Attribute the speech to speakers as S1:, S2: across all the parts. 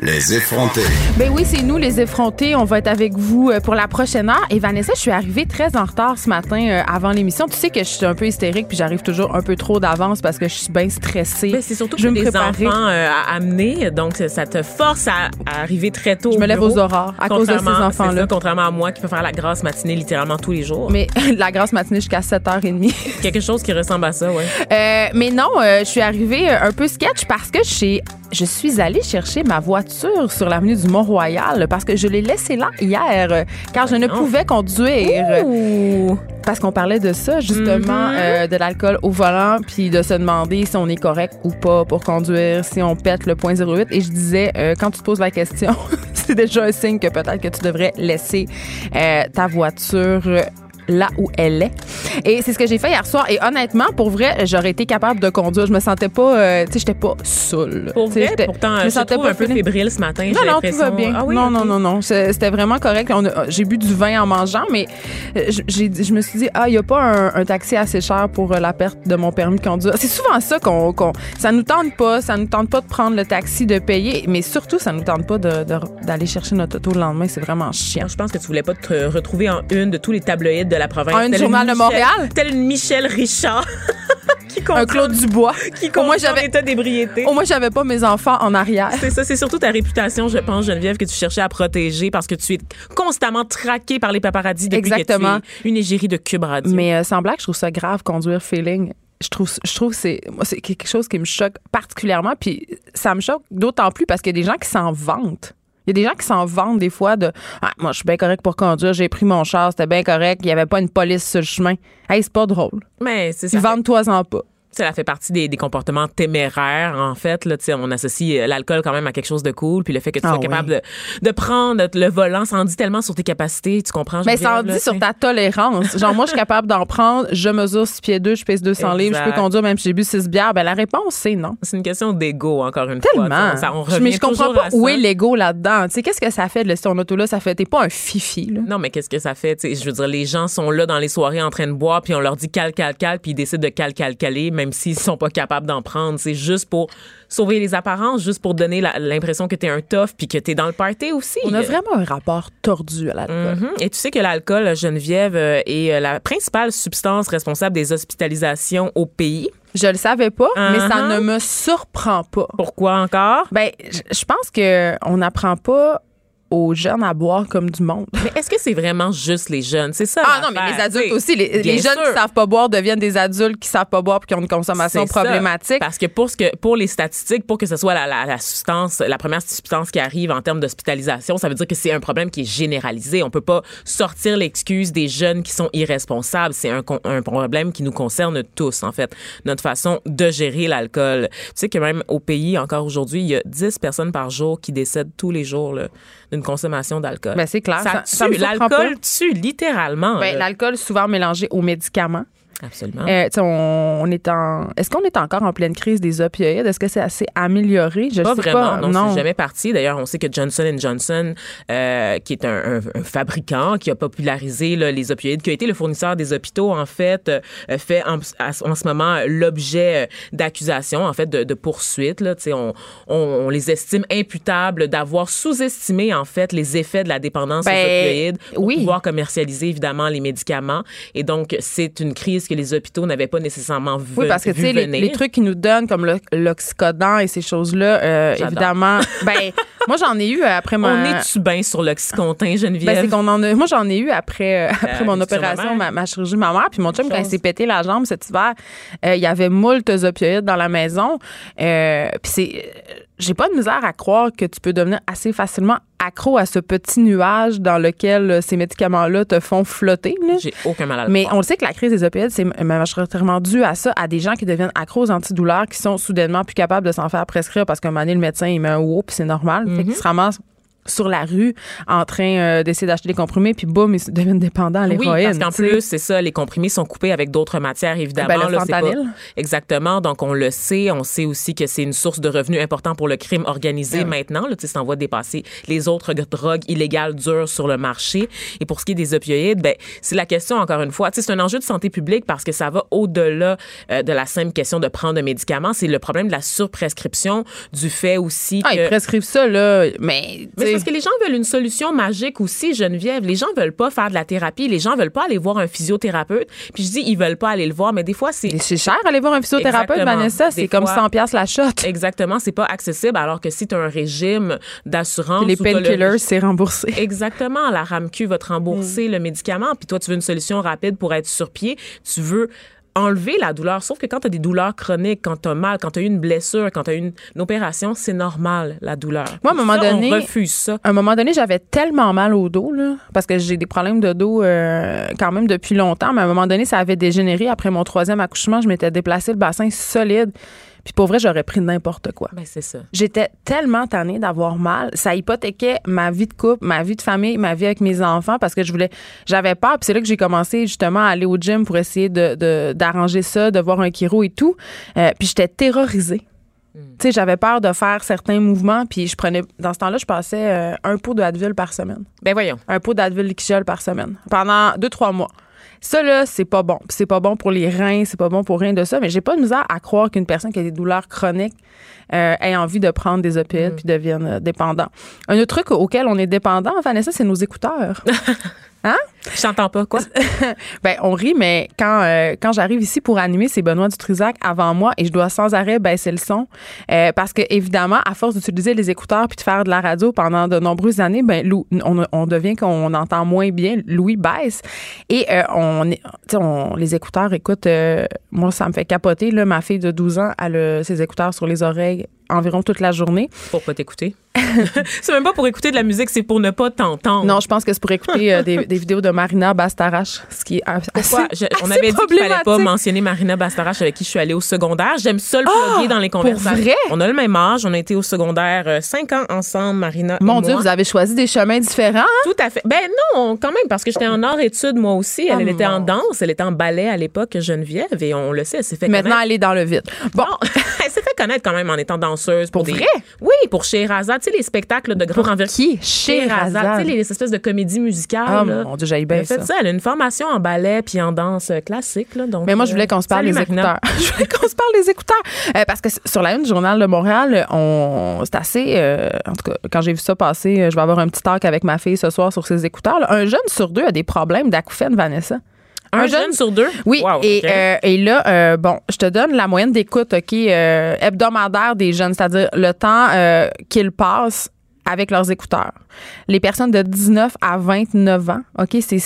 S1: Les effrontés.
S2: Ben oui, c'est nous les effrontés. On va être avec vous euh, pour la prochaine heure. Et Vanessa, je suis arrivée très en retard ce matin euh, avant l'émission. Tu sais que je suis un peu hystérique puis j'arrive toujours un peu trop d'avance parce que je suis bien stressée.
S3: Mais Ben, c'est surtout
S2: je
S3: que
S2: vais me
S3: des
S2: préparer.
S3: enfants euh, à amener, donc ça- ça te force à, à arriver très tôt.
S2: Je me lève
S3: au
S2: aux
S3: bureau,
S2: aurores à cause de ces
S3: contrairement-
S2: enfants-là.
S3: c'est ça, Contrairement à moi qui peut faire la grasse matinée littéralement tous les jours.
S2: Mais la grasse matinée jusqu'à 7h30.
S3: Quelque chose qui ressemble à ça, ouais.
S2: Euh, mais non, euh, je suis arrivée euh, un peu sketch parce que j'ai- je suis allée chercher ma voiture sur l'avenue du Mont-Royal parce que je l'ai laissée là hier euh, car je ne
S3: non.
S2: pouvais conduire.
S3: Ouh.
S2: Parce qu'on parlait de ça, justement,
S3: Mhm.
S2: euh, de l'alcool au volant, puis de se demander si on est correct ou pas pour conduire, si on pète le point 08. Et je disais, euh, quand tu te poses la question, c'est déjà un signe que peut-être que tu devrais laisser euh, ta voiture euh, là où elle est. Et c'est ce que j'ai fait hier soir. Et honnêtement, pour vrai, j'aurais été capable de conduire. Je me sentais pas, euh, tu sais, j'étais pas saoule.
S3: Pour
S2: Tu sais,
S3: vrai,
S2: j'étais-
S3: pourtant,
S2: je
S3: je,
S2: me
S3: me
S2: sentais
S3: trouve
S2: pas
S3: un peu
S2: fine.
S3: fébrile ce matin.
S2: Non,
S3: j'ai
S2: non, tout va
S3: l'impression.
S2: bien.
S3: Ah oui,
S2: non,
S3: ok.
S2: non, non, non, C'est- C'était vraiment correct. On a- ah, J'ai bu du vin en mangeant, mais euh, je- j'ai- je me suis dit, ah, il n'y a pas un, un taxi assez cher pour euh, la perte de mon permis de conduire. C'est souvent ça qu'on. qu'on- ça nous tente pas. Ça nous tente pas de prendre le taxi, de payer, mais surtout, ça nous tente pas de- de- d'aller chercher notre auto le lendemain. C'est vraiment chiant.
S3: Moi, Je pense que tu voulais pas te retrouver en une de tous les tabloïds de la province.
S2: En une
S3: Telle
S2: journal de
S3: Michel-
S2: Montréal?
S3: Telle une Michel Richard qui compte.
S2: Un Claude Dubois.
S3: Qui
S2: Au
S3: compte
S2: moins,
S3: en
S2: j'avais.
S3: état d'ébriété.
S2: Au moins, j'avais pas mes enfants en arrière.
S3: C'est ça, c'est surtout ta réputation, je pense, Geneviève, que tu cherchais à protéger parce que tu es constamment traquée par les paparazzis depuis
S2: Exactement.
S3: que tu es une égérie de Cube Radio.
S2: Mais euh, sans blague, je trouve ça grave conduire feeling. Je trouve, je trouve que c'est moi, c'est quelque chose qui me choque particulièrement. Puis ça me choque d'autant plus parce qu'il y a des gens qui s'en vantent. Il y a des gens qui s'en vantent des fois de ah, Moi, je suis bien correct pour conduire, j'ai pris mon char, c'était bien correct, il n'y avait pas une police sur le chemin. Hey, c'est pas drôle.
S3: Mais c'est
S2: Puis
S3: ça.
S2: vante-toi-en pas.
S3: Ça fait partie des, des comportements téméraires, en fait. Là, tu sais, on associe euh, l'alcool quand même à quelque chose de cool. Puis le fait que tu
S2: Ah
S3: sois
S2: oui.
S3: capable de, de prendre le volant, ça en dit tellement sur tes capacités, tu comprends?
S2: Mais
S3: Geneviève,
S2: ça en
S3: là,
S2: dit sur
S3: tu sais.
S2: ta tolérance. Genre, moi, je suis capable d'en prendre, je mesure 6 pieds 2, je pèse 200 livres, je peux
S3: Exact.
S2: conduire même si j'ai bu 6 bières. Ben, la réponse, c'est non.
S3: C'est une question d'ego, encore une fois.
S2: Tellement.
S3: tu sais, Ça, on
S2: mais
S3: revient
S2: je comprends
S3: toujours
S2: pas
S3: à
S2: où
S3: ça.
S2: est l'ego là-dedans. Tu sais, qu'est-ce que ça fait de laisser ton auto là? Ça fait, t'es pas un fifi, là.
S3: Non, mais qu'est-ce que ça fait? tu sais, Je veux dire, les gens sont là dans les soirées en train de boire, puis on leur dit cal, cal, cal, puis ils décident de cal, cal, caler, même s'ils sont pas capables d'en prendre. C'est juste pour sauver les apparences, juste pour donner la- l'impression que t'es un tough, puis que t'es dans le party aussi.
S2: On a vraiment un rapport tordu à l'alcool.
S3: euh, Mhm. Et tu sais que l'alcool, Geneviève, euh, est euh, la principale substance responsable des hospitalisations au pays.
S2: Je le savais pas, mais ça
S3: Uh-huh.
S2: ne me surprend pas.
S3: Pourquoi encore?
S2: Ben, je je pense que on n'apprend pas aux jeunes à boire comme du monde.
S3: Mais est-ce que c'est vraiment juste les jeunes? C'est ça.
S2: Ah non, mais
S3: l'affaire,
S2: les adultes
S3: ben, tu sais.
S2: aussi. Les, les
S3: Bien
S2: jeunes
S3: sûr.
S2: qui savent pas boire deviennent des adultes qui savent pas boire puis qui ont une consommation
S3: C'est ça.
S2: problématique.
S3: Parce que pour, ce que pour les statistiques, pour que ce soit la, la, la substance, la première substance qui arrive en termes d'hospitalisation, ça veut dire que c'est un problème qui est généralisé. On peut pas sortir l'excuse des jeunes qui sont irresponsables. C'est un, con- un problème qui nous concerne tous, en fait. Notre façon de gérer l'alcool. Tu sais que même au pays, encore aujourd'hui, il y a 10 personnes par jour qui décèdent tous les jours là, d'une consommation d'alcool.
S2: Ben, c'est clair. Ça-
S3: Ça,
S2: ça me
S3: tue.
S2: surprend
S3: L'alcool tue, littéralement.
S2: Ben,
S3: là.
S2: l'alcool souvent mélangé aux médicaments.
S3: Absolument.
S2: Euh, tu sais, on, on est en. Est-ce qu'on est encore en pleine crise des opioïdes? Est-ce que c'est assez amélioré? Je
S3: pas
S2: sais
S3: vraiment,
S2: pas.
S3: non, c'est jamais parti. D'ailleurs, on sait que Johnson Johnson, euh, qui est un, un- un fabricant qui a popularisé là, les opioïdes, qui a été le fournisseur des hôpitaux, en fait, euh, euh, fait en, à- en ce moment euh, l'objet euh, d'accusations, en fait, de, de poursuites. Là, Tu sais, on, on, on les estime imputables d'avoir sous-estimé, en fait, les effets de la dépendance
S2: Ben,
S3: aux opioïdes pour
S2: oui.
S3: pouvoir commercialiser, évidemment, les médicaments. Et donc, c'est une crise que les hôpitaux n'avaient pas nécessairement vu,
S2: Oui, parce que tu sais,
S3: vu
S2: les,
S3: venir.
S2: les trucs qu'ils nous donnent, comme le- l'oxycodone et ces choses-là, euh,
S3: J'adore.
S2: évidemment. ben, moi, j'en ai eu euh, après mon.
S3: On est-tu bien sur l'oxycontin,
S2: Ben,
S3: Geneviève?
S2: c'est qu'on en a- Moi, j'en ai eu après, euh, après mon
S3: question de ma
S2: opération,
S3: mère.
S2: ma, ma chirurgie mammaire. Puis mon chum, quand il
S3: chose.
S2: s'est pété la jambe cet hiver, euh, il y avait moult opioïdes dans la maison. Euh, puis c'est. euh, J'ai pas de misère à croire que tu peux devenir assez facilement accro à ce petit nuage dans lequel euh, ces médicaments-là te font flotter. là.
S3: J'ai aucun mal à le
S2: Mais on le sait que la crise des opioïdes, c'est euh, majoritairement dû à ça, à des gens qui deviennent accros aux antidouleurs,
S3: Mhm.
S2: qui sont soudainement plus capables de s'en faire prescrire parce qu'à un moment donné, le médecin, il met un haut, puis c'est normal. Fait qu'ils se ramassent sur la rue en train euh, d'essayer d'acheter des comprimés, puis boum, ils se deviennent dépendants à
S3: Oui,
S2: l'héroïne.
S3: parce qu'en
S2: tu sais.
S3: plus, c'est ça, les comprimés sont coupés avec d'autres matières, évidemment.
S2: Ben, le
S3: là, c'est pas-
S2: fentanyl.
S3: Exactement. Donc, on le sait. On sait aussi que c'est une source de revenus important pour le crime
S2: Eh
S3: organisé maintenant. Là, Tu sais, ça en va dépasser les autres drogues illégales dures sur le marché. Et pour ce qui est des opioïdes, ben, c'est la question, encore une fois. Tu sais, c'est un enjeu de santé publique parce que ça va au-delà euh, de la simple question de prendre un médicament. C'est le problème de la surprescription, du fait aussi
S2: Ah,
S3: que...
S2: ils prescrivent ça, là. Mais, tu
S3: euh, Mais c'est
S2: sais,
S3: parce que les gens veulent une solution magique aussi, Geneviève. Les gens veulent pas faire de la thérapie. Les gens veulent pas aller voir un physiothérapeute. Puis je dis, ils veulent pas aller le voir, mais des fois, c'est
S2: et c'est cher aller voir un physiothérapeute,
S3: Exactement.
S2: Vanessa.
S3: Des
S2: C'est comme
S3: fois-
S2: 100$ piastres la shot.
S3: exactement, c'est pas accessible. Alors que si tu as un régime d'assurance,
S2: Puis les
S3: ou t'as le-
S2: painkillers, Mm. c'est remboursé.
S3: Exactement, la RAMQ va te rembourser le médicament, puis toi, tu veux une solution rapide pour être sur pied. Tu veux enlever la douleur. Sauf que quand tu as des douleurs chroniques, quand tu as mal, quand tu as eu une blessure, quand tu as eu une, une opération, c'est normal, la douleur.
S2: Moi, à un moment
S3: Ça,
S2: donné-
S3: On refuse ça.
S2: À un moment donné, j'avais tellement mal au dos, là, parce que j'ai des problèmes de dos euh, quand même depuis longtemps, mais à un moment donné, ça avait dégénéré. Après mon troisième accouchement, je m'étais déplacé le bassin solide. Puis pour vrai, j'aurais pris n'importe quoi.
S3: Ben, c'est ça.
S2: J'étais tellement tannée d'avoir mal. Ça hypothéquait ma vie de couple, ma vie de famille, ma vie avec mes enfants parce que je voulais. J'avais peur. Puis c'est là que j'ai commencé justement à aller au gym pour essayer de- de- d'arranger ça, de voir un chiro et tout. Euh, puis j'étais terrorisée. Tu sais, j'avais peur de faire certains mouvements. Puis je prenais. Dans ce temps-là, je passais euh, un pot de Advil par semaine.
S3: Ben, voyons.
S2: Un pot d'Advil liquide par semaine pendant deux, trois mois. Ça, là, c'est pas bon. Puis c'est pas bon pour les reins, c'est pas bon pour rien de ça. Mais j'ai pas de misère à croire qu'une personne qui a des douleurs chroniques euh, ait envie de prendre des opioïdes puis devienne euh, dépendant. Un autre truc auquel on est dépendant, Vanessa, c'est nos écouteurs.
S3: Je t'entends pas, quoi?
S2: ben, on rit, mais quand, euh, quand j'arrive ici pour animer, c'est Benoît Dutrisac avant moi et je dois sans arrêt baisser le son. Euh, parce que, évidemment, à force d'utiliser les écouteurs puis de faire de la radio pendant de nombreuses années, ben, Lou- on, on devient qu'on entend moins bien. Louis baisse. Et euh, on, est- tu sais, on, les écouteurs, écoute, euh, moi, ça me fait capoter. Là, ma fille de 12 ans, elle a ses écouteurs sur les oreilles environ toute la journée.
S3: Pour pas t'écouter. c'est même pas pour écouter de la musique, c'est pour ne pas t'entendre.
S2: Non, je pense que c'est pour écouter euh, des, des vidéos de Marina Bastarache, ce qui est a- assez,
S3: Quoi? Je- on
S2: assez
S3: avait dit qu'il fallait pas
S2: Ah, problématique.
S3: mentionner Marina Bastarache avec qui je suis allée au secondaire. J'aime ça le plugger dans les conversations.
S2: Ah, vrai?
S3: On a le même âge. On a été au secondaire euh, cinq ans ensemble, Marina.
S2: Mon
S3: et
S2: Dieu,
S3: moi.
S2: vous avez choisi des chemins différents. hein?
S3: Tout à fait. Ben non, quand même, parce que j'étais en art études moi aussi.
S2: Ah,
S3: Elle, elle était en danse, elle était en ballet à l'époque, Geneviève, et on le sait, elle s'est fait
S2: Maintenant,
S3: connaître.
S2: elle est dans le vide. Bon,
S3: Non, elle s'est fait connaître quand même en étant danseuse. Pour,
S2: Pour
S3: des-
S2: vrai?
S3: Oui, pour Sheherazade. Tu sais, les spectacles de grand envergure.
S2: qui?
S3: Sheherazade.
S2: Sherazade.
S3: Tu sais, les espèces de comédies musicales.
S2: Ah,
S3: là.
S2: mon Dieu, j'aille bien
S3: Elle a fait
S2: ça.
S3: ça. Elle a une formation en ballet puis en danse euh, classique. Là, donc,
S2: Mais moi, je voulais qu'on se parle
S3: euh,
S2: des
S3: salut, Marina.
S2: écouteurs. je voulais qu'on se parle des écouteurs. Euh, parce que c- sur la une du Journal de Montréal, euh, on, c'est assez. euh, en tout cas, quand j'ai vu ça passer, euh, je vais avoir un petit talk avec ma fille ce soir sur ses écouteurs. là. Un jeune sur deux a des problèmes d'acouphènes, Vanessa.
S3: Un, jeune, sur deux?
S2: Oui,
S3: Wow,
S2: et,
S3: OK.
S2: euh, et là, euh, bon, je te donne la moyenne d'écoute, OK, euh, hebdomadaire des jeunes, c'est-à-dire le temps euh, qu'ils passent avec leurs écouteurs. Les personnes de 19 à 29 ans, OK, c'est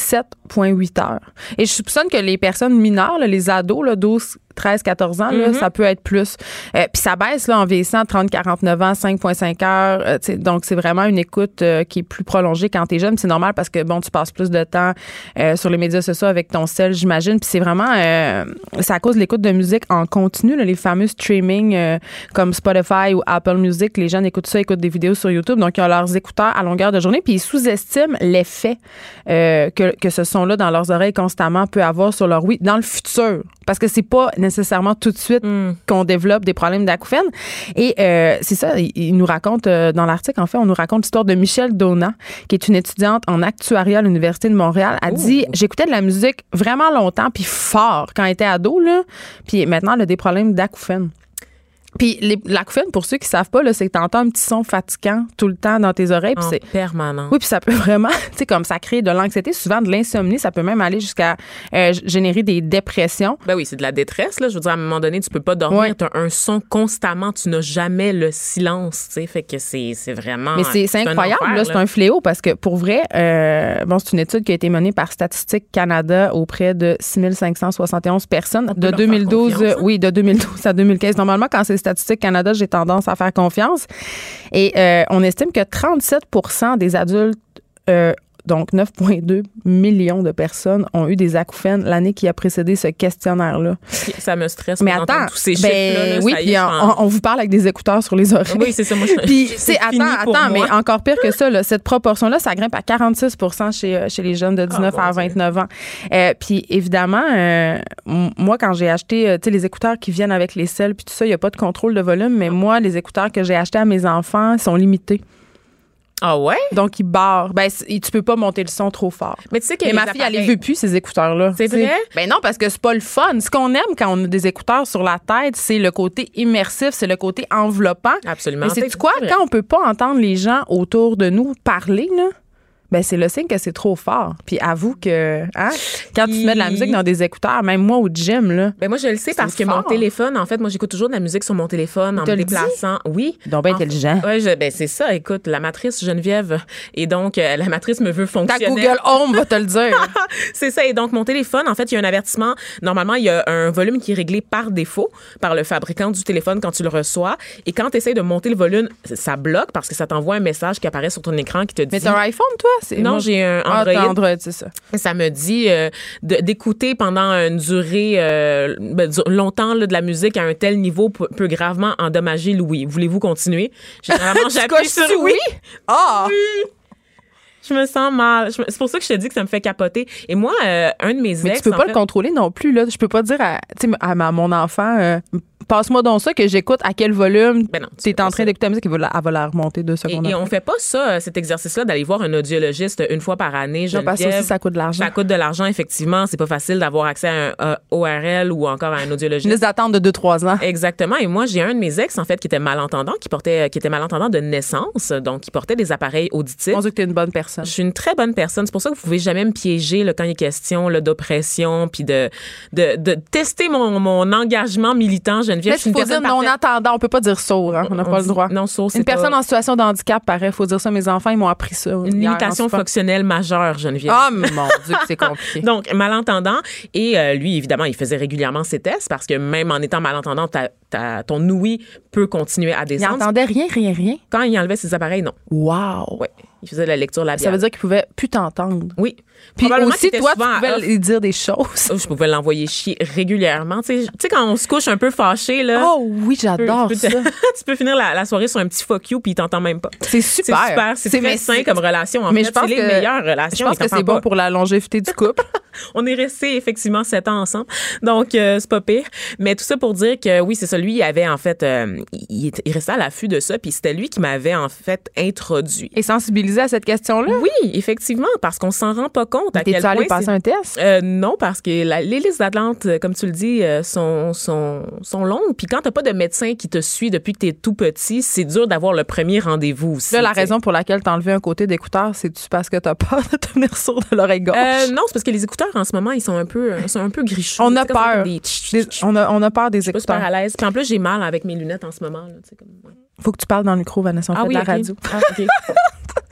S2: 7,8 heures. Et je soupçonne que les personnes mineures, là, les ados, là, 12, 13, 14 ans, là, ça peut être plus. Euh, Puis ça baisse là, en vieillissant, 30, 49 ans, 5,5 heures. euh, tu sais, donc, c'est vraiment une écoute euh, qui est plus prolongée quand t'es jeune. C'est normal parce que, bon, tu passes plus de temps euh, sur les médias sociaux avec ton sel, j'imagine. Puis c'est vraiment... euh, c'est à cause de l'écoute de musique en continu, là, les fameux streaming euh, comme Spotify ou Apple Music. Les jeunes écoutent ça, écoutent des vidéos sur YouTube. Donc, ils ont leurs écouteurs à longueur de journée. Puis ils sous-estiment l'effet euh, que, que ce son-là dans leurs oreilles constamment peut avoir sur leur oui dans le futur. Parce que c'est pas nécessairement tout de suite qu'on développe des problèmes d'acouphènes. Et euh, c'est ça, il, il nous raconte euh, dans l'article, en fait, on nous raconte l'histoire de Michelle Donat, qui est une étudiante en actuariat à l'Université de Montréal. Elle dit J'écoutais de la musique vraiment longtemps, puis fort, quand elle était ado, là. Puis maintenant, elle a des problèmes d'acouphènes. Puis les- l'acouphène, pour ceux qui savent pas, là, c'est que t'entends un petit son fatigant tout le temps dans tes oreilles. Puis
S3: en
S2: c'est
S3: permanent.
S2: oui, puis ça peut vraiment, tu sais, comme ça crée de l'anxiété, souvent de l'insomnie, ça peut même aller jusqu'à euh, g- générer des dépressions.
S3: Ben oui, c'est de la détresse, là. Je veux dire, à un moment donné, tu peux pas dormir.
S2: Ouais.
S3: Tu as un son constamment. Tu n'as jamais le silence, tu sais. Fait que c'est c'est vraiment.
S2: Mais c'est- c'est
S3: un
S2: incroyable,
S3: enfer,
S2: là, c'est un fléau parce que pour vrai, euh, bon, c'est une étude qui a été menée par Statistique Canada auprès de 6571 personnes
S3: leur
S2: de
S3: faire
S2: 2012,
S3: confiance, hein?
S2: oui, de 2012 à 2015. Normalement, quand c'est Statistique Canada, j'ai tendance à faire confiance. Et euh, on estime que 37 des adultes euh, Donc, 9,2 millions de personnes ont eu des acouphènes l'année qui a précédé ce questionnaire-là.
S3: Ça me stresse.
S2: Mais
S3: moi, d'entendre
S2: attends,
S3: tous ces chiffres-là,
S2: ben,
S3: là,
S2: oui,
S3: ça y est,
S2: puis
S3: je
S2: on,
S3: pense-
S2: on vous parle avec des écouteurs sur les oreilles.
S3: Oui, c'est ça, moi, je-
S2: Puis,
S3: c'est
S2: tu sais, attends,
S3: fini pour
S2: attends, mais
S3: moi.
S2: encore pire que ça, là, cette proportion-là, ça grimpe à 46 chez, euh, chez les jeunes de 19
S3: Ah, mon
S2: à 29 ans. Euh, puis, évidemment, euh, m- moi, quand j'ai acheté, euh, tu sais, les écouteurs qui viennent avec les selles, puis tout ça, il n'y a pas de contrôle de volume, mais moi, les écouteurs que j'ai achetés à mes enfants sont limités.
S3: Ah ouais?
S2: Donc, ils barrent. Ben, c- tu peux pas monter le son trop fort.
S3: Mais tu sais que
S2: Mais
S3: les
S2: ma fille, elle les
S3: appareils-
S2: veut plus, ces écouteurs-là.
S3: C'est
S2: Tu sais.
S3: vrai?
S2: Ben non, parce que c'est pas le fun. Ce qu'on aime quand on a des écouteurs sur la tête, c'est le côté immersif, c'est le côté enveloppant.
S3: Absolument.
S2: Mais c'est
S3: C'est
S2: quoi?
S3: vrai.
S2: Quand on peut pas entendre les gens autour de nous parler, là, ben c'est le signe que c'est trop fort. Puis avoue que, hein, quand tu te mets de la
S3: Hi.
S2: musique dans des écouteurs, même moi au gym, là,
S3: Ben moi, je le sais parce que
S2: fort.
S3: mon téléphone, en fait, moi, j'écoute toujours de la musique sur mon téléphone en
S2: te
S3: me
S2: le
S3: déplaçant. Oui.
S2: donc ben
S3: En fait,
S2: intelligent.
S3: Ouais, je- ben c'est ça. Écoute, la matrice Geneviève et donc euh, la matrice me veut
S2: Ta
S3: fonctionner. Ah,
S2: Google Home va te le dire.
S3: c'est ça. Et donc mon téléphone, en fait, il y a un avertissement. Normalement, il y a un volume qui est réglé par défaut par le fabricant du téléphone quand tu le reçois. Et quand tu essaies de monter le volume, ça bloque parce que ça t'envoie un message qui apparaît sur ton écran qui te dit.
S2: Mais t'as un iPhone, toi? C'est-
S3: Non,
S2: moi,
S3: j'ai un
S2: Ah, t'as
S3: Android.
S2: Android, c'est ça.
S3: Ça me dit euh, de- d'écouter pendant une durée euh, ben, du- longtemps là, de la musique à un tel niveau peut, peut gravement endommager l'ouïe. Voulez-vous continuer? Généralement, Ah, j'appuie
S2: coches
S3: sur
S2: sur
S3: oui.
S2: Ah!
S3: Je me sens mal. Je me- C'est pour ça que je te dis que ça me fait capoter. Et moi, euh, un de mes
S2: Mais
S3: ex,
S2: tu peux
S3: en
S2: pas
S3: fait-
S2: le contrôler non plus là. Je peux pas dire à, tu sais, à ma- mon enfant, euh, passe-moi donc ça que j'écoute à quel volume.
S3: Ben non, tu
S2: t'es
S3: fais
S2: en
S3: pas
S2: train
S3: ça.
S2: d'écouter la musique, elle va la, elle va la remonter deux
S3: Et,
S2: secondes.
S3: et
S2: après.
S3: on fait pas ça, euh, cet exercice-là, d'aller voir un audiologiste une fois par année.
S2: Non, parce que ça
S3: Geneviève.
S2: aussi, ça coûte de l'argent.
S3: Ça coûte de l'argent, effectivement. C'est pas facile d'avoir accès à un euh, ORL ou encore à un
S2: Une
S3: audiologiste.
S2: liste d'attente de 2-3 ans.
S3: Exactement. Et moi, j'ai un de mes ex, en fait, qui était malentendant, qui portait, qui était malentendant de naissance, donc qui portait des appareils auditifs.
S2: On dit que t'es une bonne personne.
S3: Je suis une très bonne personne. C'est pour ça que vous pouvez jamais me piéger là, quand il est question là, d'oppression, puis de, de, de tester mon, mon engagement militant, Geneviève.
S2: Mais
S3: Je
S2: il
S3: suis une
S2: faut dire
S3: personne
S2: non
S3: parfaite.
S2: entendant, on peut pas dire sourd, hein. on n'a
S3: On
S2: pas
S3: dit-
S2: le droit.
S3: non, sourd, c'est
S2: Une personne
S3: pas-
S2: en situation de handicap, pareil, faut dire ça, mes enfants, ils m'ont appris ça.
S3: Une limitation fonctionnelle majeure, Geneviève.
S2: Ah, mon Dieu, que c'est compliqué.
S3: Donc, malentendant. Et euh, lui, évidemment, il faisait régulièrement ses tests parce que même en étant malentendant, ta- ta- ton ouïe peut continuer à
S2: Ils
S3: descendre.
S2: n'entendaient rien, rien, rien.
S3: Quand il enlevait ses appareils, non.
S2: Wow!
S3: Ouais, il faisait de la lecture labiale.
S2: Ça veut dire qu'ils pouvaient plus t'entendre.
S3: oui.
S2: Puis
S3: Probablement qu'il
S2: aussi,
S3: était
S2: toi, tu
S3: souvent à
S2: pouvais
S3: off.
S2: lui dire des choses.
S3: Oh, je pouvais l'envoyer chier régulièrement. Tu sais, tu sais, quand on se couche un peu fâché, là.
S2: Oh oui,
S3: tu peux-
S2: j'adore
S3: tu peux
S2: ça.
S3: te- tu peux finir la, la soirée sur un petit fuck you puis il t'entend même pas.
S2: C'est super.
S3: C'est super. C'est très
S2: mais
S3: sain comme relation. En
S2: mais
S3: fait,
S2: je pense
S3: c'est les
S2: que-
S3: meilleures relations.
S2: Je pense
S3: mais
S2: que
S3: t'entends
S2: c'est bon
S3: pas.
S2: pour la longévité du couple.
S3: On est restés effectivement sept ans ensemble, donc euh, c'est pas pire. Mais tout ça pour dire que oui, c'est ça. Lui, il avait en fait, euh, il, était- il restait à l'affût de ça, puis c'était lui qui m'avait en fait introduit.
S2: Et sensibiliser à cette question-là.
S3: Oui, effectivement, parce qu'on s'en rend pas compte à quel
S2: T'es-tu allé
S3: point.
S2: passer
S3: c'est-
S2: un test?
S3: Euh, non, parce que la- les listes d'attente, euh, comme tu le dis, euh, sont, sont, sont longues. Puis quand t'as pas de médecin qui te suit depuis que t'es tout petit, c'est dur d'avoir le premier rendez-vous aussi.
S2: Là, la
S3: tu sais.
S2: raison pour laquelle t'as enlevé un côté d'écouteur, c'est-tu parce que t'as peur de devenir sourd de l'oreille gauche?
S3: Euh, non, c'est parce que les écouteurs en ce moment, ils sont un peu, ils sont un peu grichous.
S2: On a
S3: Tu sais, quand ça fait
S2: peur.
S3: Des tch, tch,
S2: Des-
S3: tch,
S2: on, a, on a peur des
S3: Je suis pas super
S2: écouteurs.
S3: à l'aise. Puis en plus, j'ai mal avec mes lunettes en ce moment. Là, tu sais, comme- ouais.
S2: Faut que tu parles dans le micro, Vanessa. On fait de la
S3: ok.
S2: radio.
S3: Ah, ok.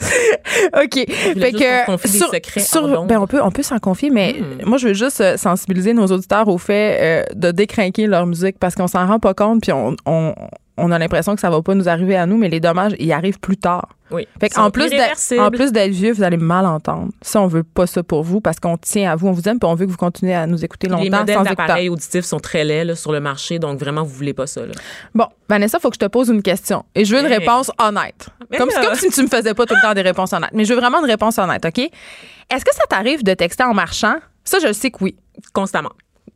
S2: OK. Fait
S3: juste qu'on
S2: que
S3: confie des
S2: sur-
S3: secrets Hmm.
S2: sur-
S3: hors d'onde.
S2: ben, on peut on peut s'en confier mais moi je veux juste euh, sensibiliser nos auditeurs au fait euh, de décrinquer leur musique parce qu'on s'en rend pas compte puis on, on on a l'impression que ça va pas nous arriver à nous mais les dommages ils arrivent plus tard.
S3: Oui.
S2: Fait
S3: Ils
S2: qu'en
S3: sont
S2: plus d'être
S3: irréversibles.
S2: en plus d'être vieux, vous allez mal entendre. Ça on veut pas ça pour vous parce qu'on tient à vous, on vous aime puis on veut que vous continuez à nous écouter
S3: Les
S2: longtemps
S3: modèles
S2: sans écouteur.
S3: d'appareils auditifs sont très laids là, sur le marché, donc vraiment, vous voulez pas ça. Là.
S2: Bon, Vanessa, faut que je te pose une question et je veux une
S3: Hey.
S2: réponse honnête.
S3: Mais
S2: Comme,
S3: là.
S2: comme si tu me faisais pas tout le temps des réponses honnêtes, mais je veux vraiment une réponse honnête, OK Est-ce que ça t'arrive de texter en marchant Ça je le sais que oui.
S3: Constamment.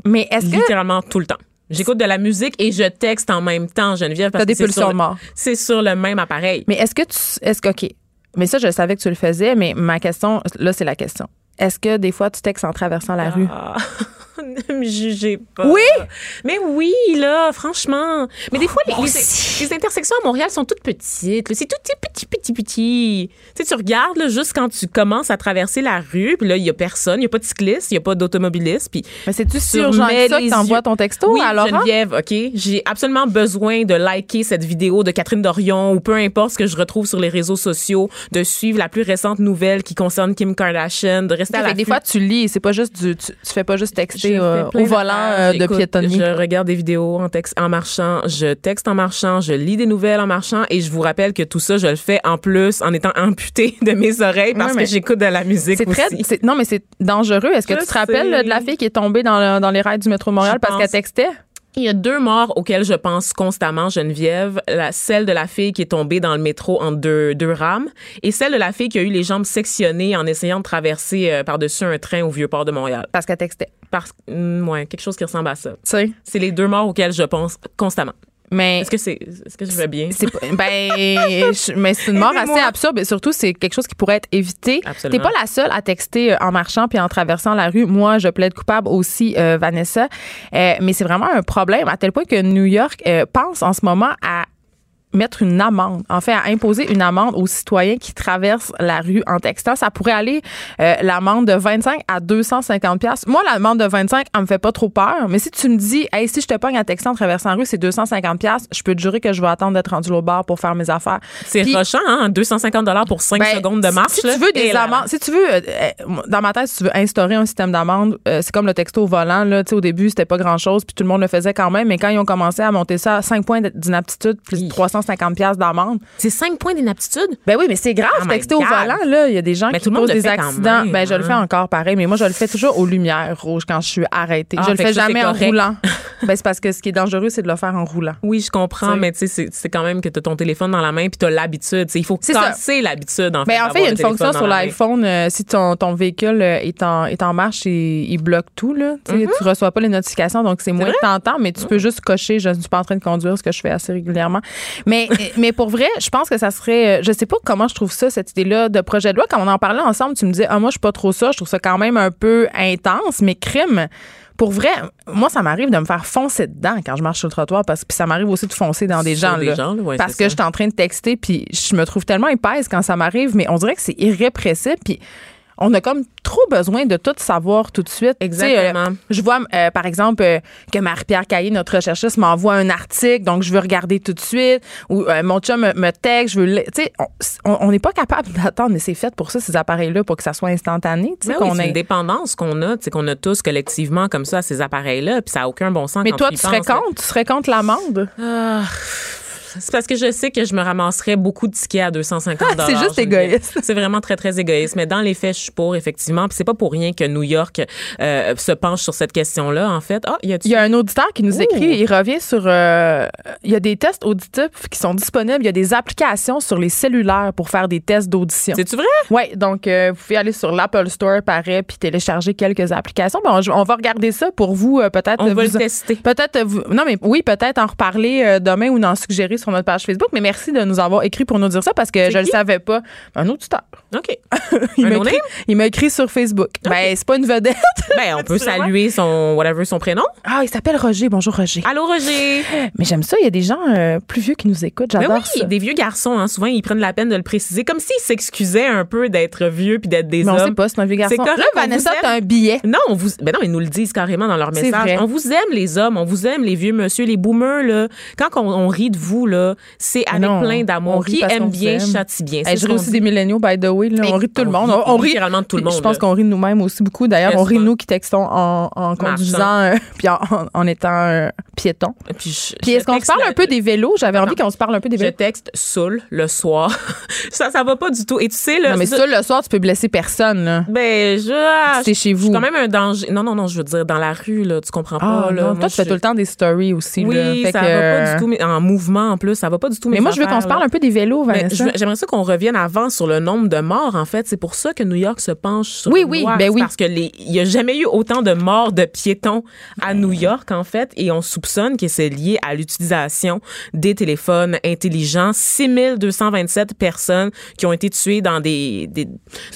S2: Mais est-ce que
S3: Littéralement tout le temps. J'écoute de la musique et je texte en même temps, Geneviève. parce
S2: T'as des
S3: que c'est
S2: pulsions
S3: sur le-
S2: mortes.
S3: C'est sur le même appareil.
S2: mais est-ce que tu est-ce que OK. Mais ça je savais que tu le faisais, mais ma question là c'est la question. Est-ce que des fois tu textes en traversant la rue
S3: Ah, ne me jugez pas.
S2: Oui! Oh,
S3: Mais oui, là, franchement. Mais des fois, les, les- les intersections à Montréal sont toutes petites. là. C'est tout petit, petit, petit, petit. Tu sais, tu regardes, là, juste quand tu commences à traverser la rue, puis là, il n'y a personne, il n'y a pas de cycliste, il n'y a pas d'automobiliste, puis...
S2: Mais c'est-tu si
S3: sur
S2: urgent que ça que t'envoies ton texto hein?
S3: oui,
S2: à Laurent?
S3: Geneviève, OK? J'ai absolument besoin de liker cette vidéo de Catherine Dorion ou peu importe ce que je retrouve sur les réseaux sociaux, de suivre la plus récente nouvelle qui concerne Kim Kardashian, de rester à
S2: Fait
S3: la
S2: que des fois tu lis, c'est pas juste du tu, tu fais pas juste texter.
S3: J'ai
S2: accrochée
S3: fait
S2: euh,
S3: plein
S2: au volant
S3: d'affaires.
S2: euh, de
S3: J'écoute,
S2: piétonnier.
S3: Je regarde des vidéos en texte en marchant, je texte en marchant, je lis des nouvelles en marchant et je vous rappelle que tout ça, je le fais en plus en étant amputée de mes oreilles parce
S2: Ouais, mais
S3: que j'écoute de la musique
S2: C'est très,
S3: aussi.
S2: c'est- non mais c'est dangereux. Est-ce que
S3: Je
S2: tu te rappelles
S3: sais.
S2: là, de la fille qui est tombée dans, le- dans les rails du métro Montréal
S3: J'y
S2: parce
S3: pense.
S2: qu'elle textait
S3: Il y a deux morts auxquelles je pense constamment, Geneviève. La, celle de la fille qui est tombée dans le métro en deux, deux rames et celle de la fille qui a eu les jambes sectionnées en essayant de traverser euh, par-dessus un train au Vieux-Port de Montréal.
S2: parce qu'elle textait.
S3: Parce, hum, ouais, quelque chose qui ressemble à ça.
S2: Tu sais,
S3: C'est les deux morts auxquelles je pense constamment.
S2: mais
S3: Est-ce que c'est, est-ce que je vais bien?
S2: C'est pas- ben, je- mais c'est une mort
S3: Aidez-moi.
S2: assez absurde. Et surtout, c'est quelque chose qui pourrait être évité. T'es
S3: Absolument.
S2: pas la seule à texter euh, en marchant puis en traversant la rue. Moi, je plaide coupable aussi, euh, Vanessa. Euh, mais c'est vraiment un problème à tel point que New York euh, pense en ce moment à mettre une amende, en fait, à imposer une amende aux citoyens qui traversent la rue en textant. Ça pourrait aller euh, l'amende de 25 à 250 pièces. Moi, l'amende de 25, elle me fait pas trop peur. Mais si tu me dis, hey, si je te pogne en textant en traversant la rue, c'est 250 pièces, je peux te jurer que je vais attendre d'être rendu au bar pour faire mes affaires.
S3: C'est
S2: Puis-
S3: rochant, hein? 250 pour 5
S2: ben,
S3: secondes de
S2: si-
S3: marche.
S2: Si,
S3: là.
S2: tu veux des
S3: Et là, là.
S2: amendes, si tu veux, euh, euh, dans ma tête, si tu veux instaurer un système d'amende, euh, c'est comme le texto au volant. Là, Tu sais, au début, c'était pas grand-chose, puis tout le monde le faisait quand même. Mais quand ils ont commencé à monter ça à 5 points d'inaptitude, plus 350 pièces d'amende,
S3: C'est 5 points d'inaptitude?
S2: ben oui, mais c'est grave,
S3: Oh my
S2: texter au
S3: God.
S2: volant, là. Il y a des gens
S3: Mais
S2: qui
S3: tout le monde
S2: causent
S3: le
S2: des
S3: fait quand
S2: accidents.
S3: même,
S2: ben, je le fais
S3: hein.
S2: encore pareil, mais moi, je le fais toujours aux lumières rouges quand je suis arrêtée.
S3: Ah,
S2: je le
S3: fait
S2: fais
S3: que ça, c'est
S2: jamais en
S3: correct.
S2: roulant. ben, c'est parce que ce qui est dangereux, c'est de le faire en roulant.
S3: Oui, je comprends,
S2: C'est-
S3: mais tu sais, c'est- c'est quand même que tu as ton téléphone dans la main puis tu as l'habitude. Tu sais, Il faut
S2: C'est ça.
S3: casser l'habitude, en fait.
S2: Ben, en fait, il y a une
S3: d'avoir
S2: fonction
S3: le téléphone
S2: sur
S3: dans la main.
S2: l'iPhone. euh, si ton, ton véhicule euh, est en, est en marche, il, il bloque tout. Là. Tu sais,
S3: Mm-hmm.
S2: Tu reçois pas les notifications, donc c'est moins que t'entends, mais
S3: Ah.
S2: tu peux juste cocher je ne suis pas en train de conduire, ce que je fais assez régulièrement. Mais, euh, mais pour vrai, je pense que ça serait. euh, Je sais pas comment je trouve ça, cette idée-là de projet de loi. Quand on en parlait ensemble, tu me disais, ah, moi, je suis pas trop ça. Je trouve ça quand même un peu intense, mais crime. Pour vrai, moi, ça m'arrive de me faire foncer dedans quand je marche sur le trottoir, parce que ça m'arrive aussi de foncer dans des
S3: Sur
S2: gens.
S3: des
S2: là,
S3: gens, là, ouais,
S2: parce
S3: c'est
S2: que
S3: ça.
S2: je suis en train de texter, puis je me trouve tellement épaisse quand ça m'arrive, mais on dirait que c'est irrépressible, puis on a comme trop besoin de tout savoir tout de suite. Tu sais, euh,
S3: Exactement.
S2: je vois, euh, par exemple, euh, que Marie-Pierre Caillé, notre recherchiste, m'envoie un article, donc je veux regarder tout de suite, ou euh, mon chum me, me texte, je veux... le- Tu sais, on- on n'est pas capable d'attendre, mais c'est fait pour ça, ces appareils-là, pour que ça soit instantané, tu sais,
S3: Ben oui,
S2: qu'on
S3: c'est
S2: ait-
S3: une dépendance qu'on a, tu sais, qu'on a tous collectivement comme ça à ces appareils-là, puis ça n'a aucun bon sens.
S2: Mais
S3: quand
S2: toi,
S3: y
S2: tu serais
S3: penses, hein. là.
S2: contre? Tu serais contre l'amende?
S3: Ah, c'est parce que je sais que je me ramasserais beaucoup de tickets à 250
S2: Ah, C'est juste
S3: je me dis.
S2: égoïste.
S3: C'est vraiment très très égoïste, mais dans les faits, je suis pour effectivement, puis c'est pas pour rien que New York euh, se penche sur cette question-là en fait. Ah, y a
S2: Il y a un auditeur qui nous
S3: Ouh.
S2: écrit, il revient sur. euh, il y a des tests auditifs qui sont disponibles. Il y a des applications sur les cellulaires pour faire des tests d'audition.
S3: C'est-tu vrai
S2: Oui, donc euh, vous pouvez aller sur l'Apple Store, paraît, puis télécharger quelques applications. Ben, on, on va regarder ça pour vous, euh, peut-être.
S3: On va
S2: vous-
S3: le tester.
S2: Peut-être, euh, vous- non mais oui, peut-être en reparler euh, demain ou en suggérer sur notre page Facebook. Mais merci de nous avoir écrit pour nous dire ça parce que je ne le
S3: qui?
S2: savais pas. Un auditeur.
S3: OK.
S2: Il
S3: Un
S2: m'a
S3: no-name?
S2: écrit, il m'a écrit sur Facebook. Ben, c'est pas une vedette.
S3: Ben, on peut saluer son whatever son prénom.
S2: Ah, il s'appelle Roger. Bonjour, Roger.
S3: Allô Roger.
S2: Mais j'aime ça, il y a des gens euh, plus vieux qui nous écoutent,
S3: Ben
S2: j'adore
S3: oui,
S2: ça.
S3: des vieux garçons hein, souvent ils prennent la peine de le préciser comme s'ils s'excusaient un peu d'être vieux puis d'être des
S2: Mais on
S3: hommes.
S2: sait pas, c'est un vieux garçon.
S3: C'est correct,
S2: Là,
S3: on vous
S2: Vanessa,
S3: aime.
S2: t'as un billet.
S3: Non, on vous, ben non, ils nous le disent carrément dans leur
S2: C'est
S3: message.
S2: vrai.
S3: On vous aime les hommes, on vous aime les vieux monsieur, les boomers là. Quand on, on rit de vous là, c'est avec
S2: non,
S3: plein
S2: on
S3: d'amour.
S2: rit
S3: Qui
S2: parce qu'on
S3: aime
S2: vous
S3: bien
S2: aime.
S3: châtie bien.
S2: Hey, je
S3: C'est ce
S2: ris
S3: qu'on
S2: aussi
S3: dit.
S2: des milléniaux, by the way. là.
S3: Hey,
S2: on rit de tout
S3: on
S2: le monde.
S3: rit-
S2: On,
S3: on
S2: rit
S3: rit littéralement de tout le
S2: Je
S3: monde,
S2: pense
S3: là.
S2: qu'on rit de nous-mêmes aussi beaucoup. D'ailleurs, on rit de
S3: Très
S2: nous qui
S3: souvent.
S2: textons en, en conduisant euh, puis en, en- en étant euh, piéton.
S3: Puis, je-
S2: Puis
S3: je
S2: est-ce qu'on se
S3: texte
S2: parle
S3: le-
S2: un peu des vélos? J'avais envie qu'on se parle un peu des
S3: Je
S2: vélos.
S3: texte saoul le soir. ça, ça va pas du tout. Et tu sais, là.
S2: Non, mais
S3: ça-
S2: ça, le soir, tu peux blesser personne. là.
S3: Ben, je.
S2: C'est chez
S3: je
S2: vous.
S3: suis quand même un danger. Non, non, non, je veux dire, dans la rue, là, tu comprends
S2: Ah,
S3: pas, là.
S2: non.
S3: Moi,
S2: Toi, tu fais
S3: je-
S2: tout le temps des stories aussi. là.
S3: Oui,
S2: Fait
S3: ça
S2: que,
S3: va
S2: euh,
S3: pas du tout. mais En mouvement, en plus, ça va pas du tout.
S2: Mais
S3: mes
S2: moi, je veux qu'on
S3: affaires,
S2: se
S3: là.
S2: parle un peu des vélos,
S3: Mais
S2: Vanessa.
S3: je- J'aimerais ça qu'on revienne avant sur le nombre de morts, en fait. C'est pour ça que New York se penche sur
S2: Oui,
S3: les
S2: oui,
S3: Noirs.
S2: ben oui.
S3: Parce que les- il n'y a jamais eu autant de morts de piétons à New York, en fait. Et on soupçonne que c'est lié à l'utilisation des téléphones intelligents. 6227 personnes qui ont été tuées dans des. des dans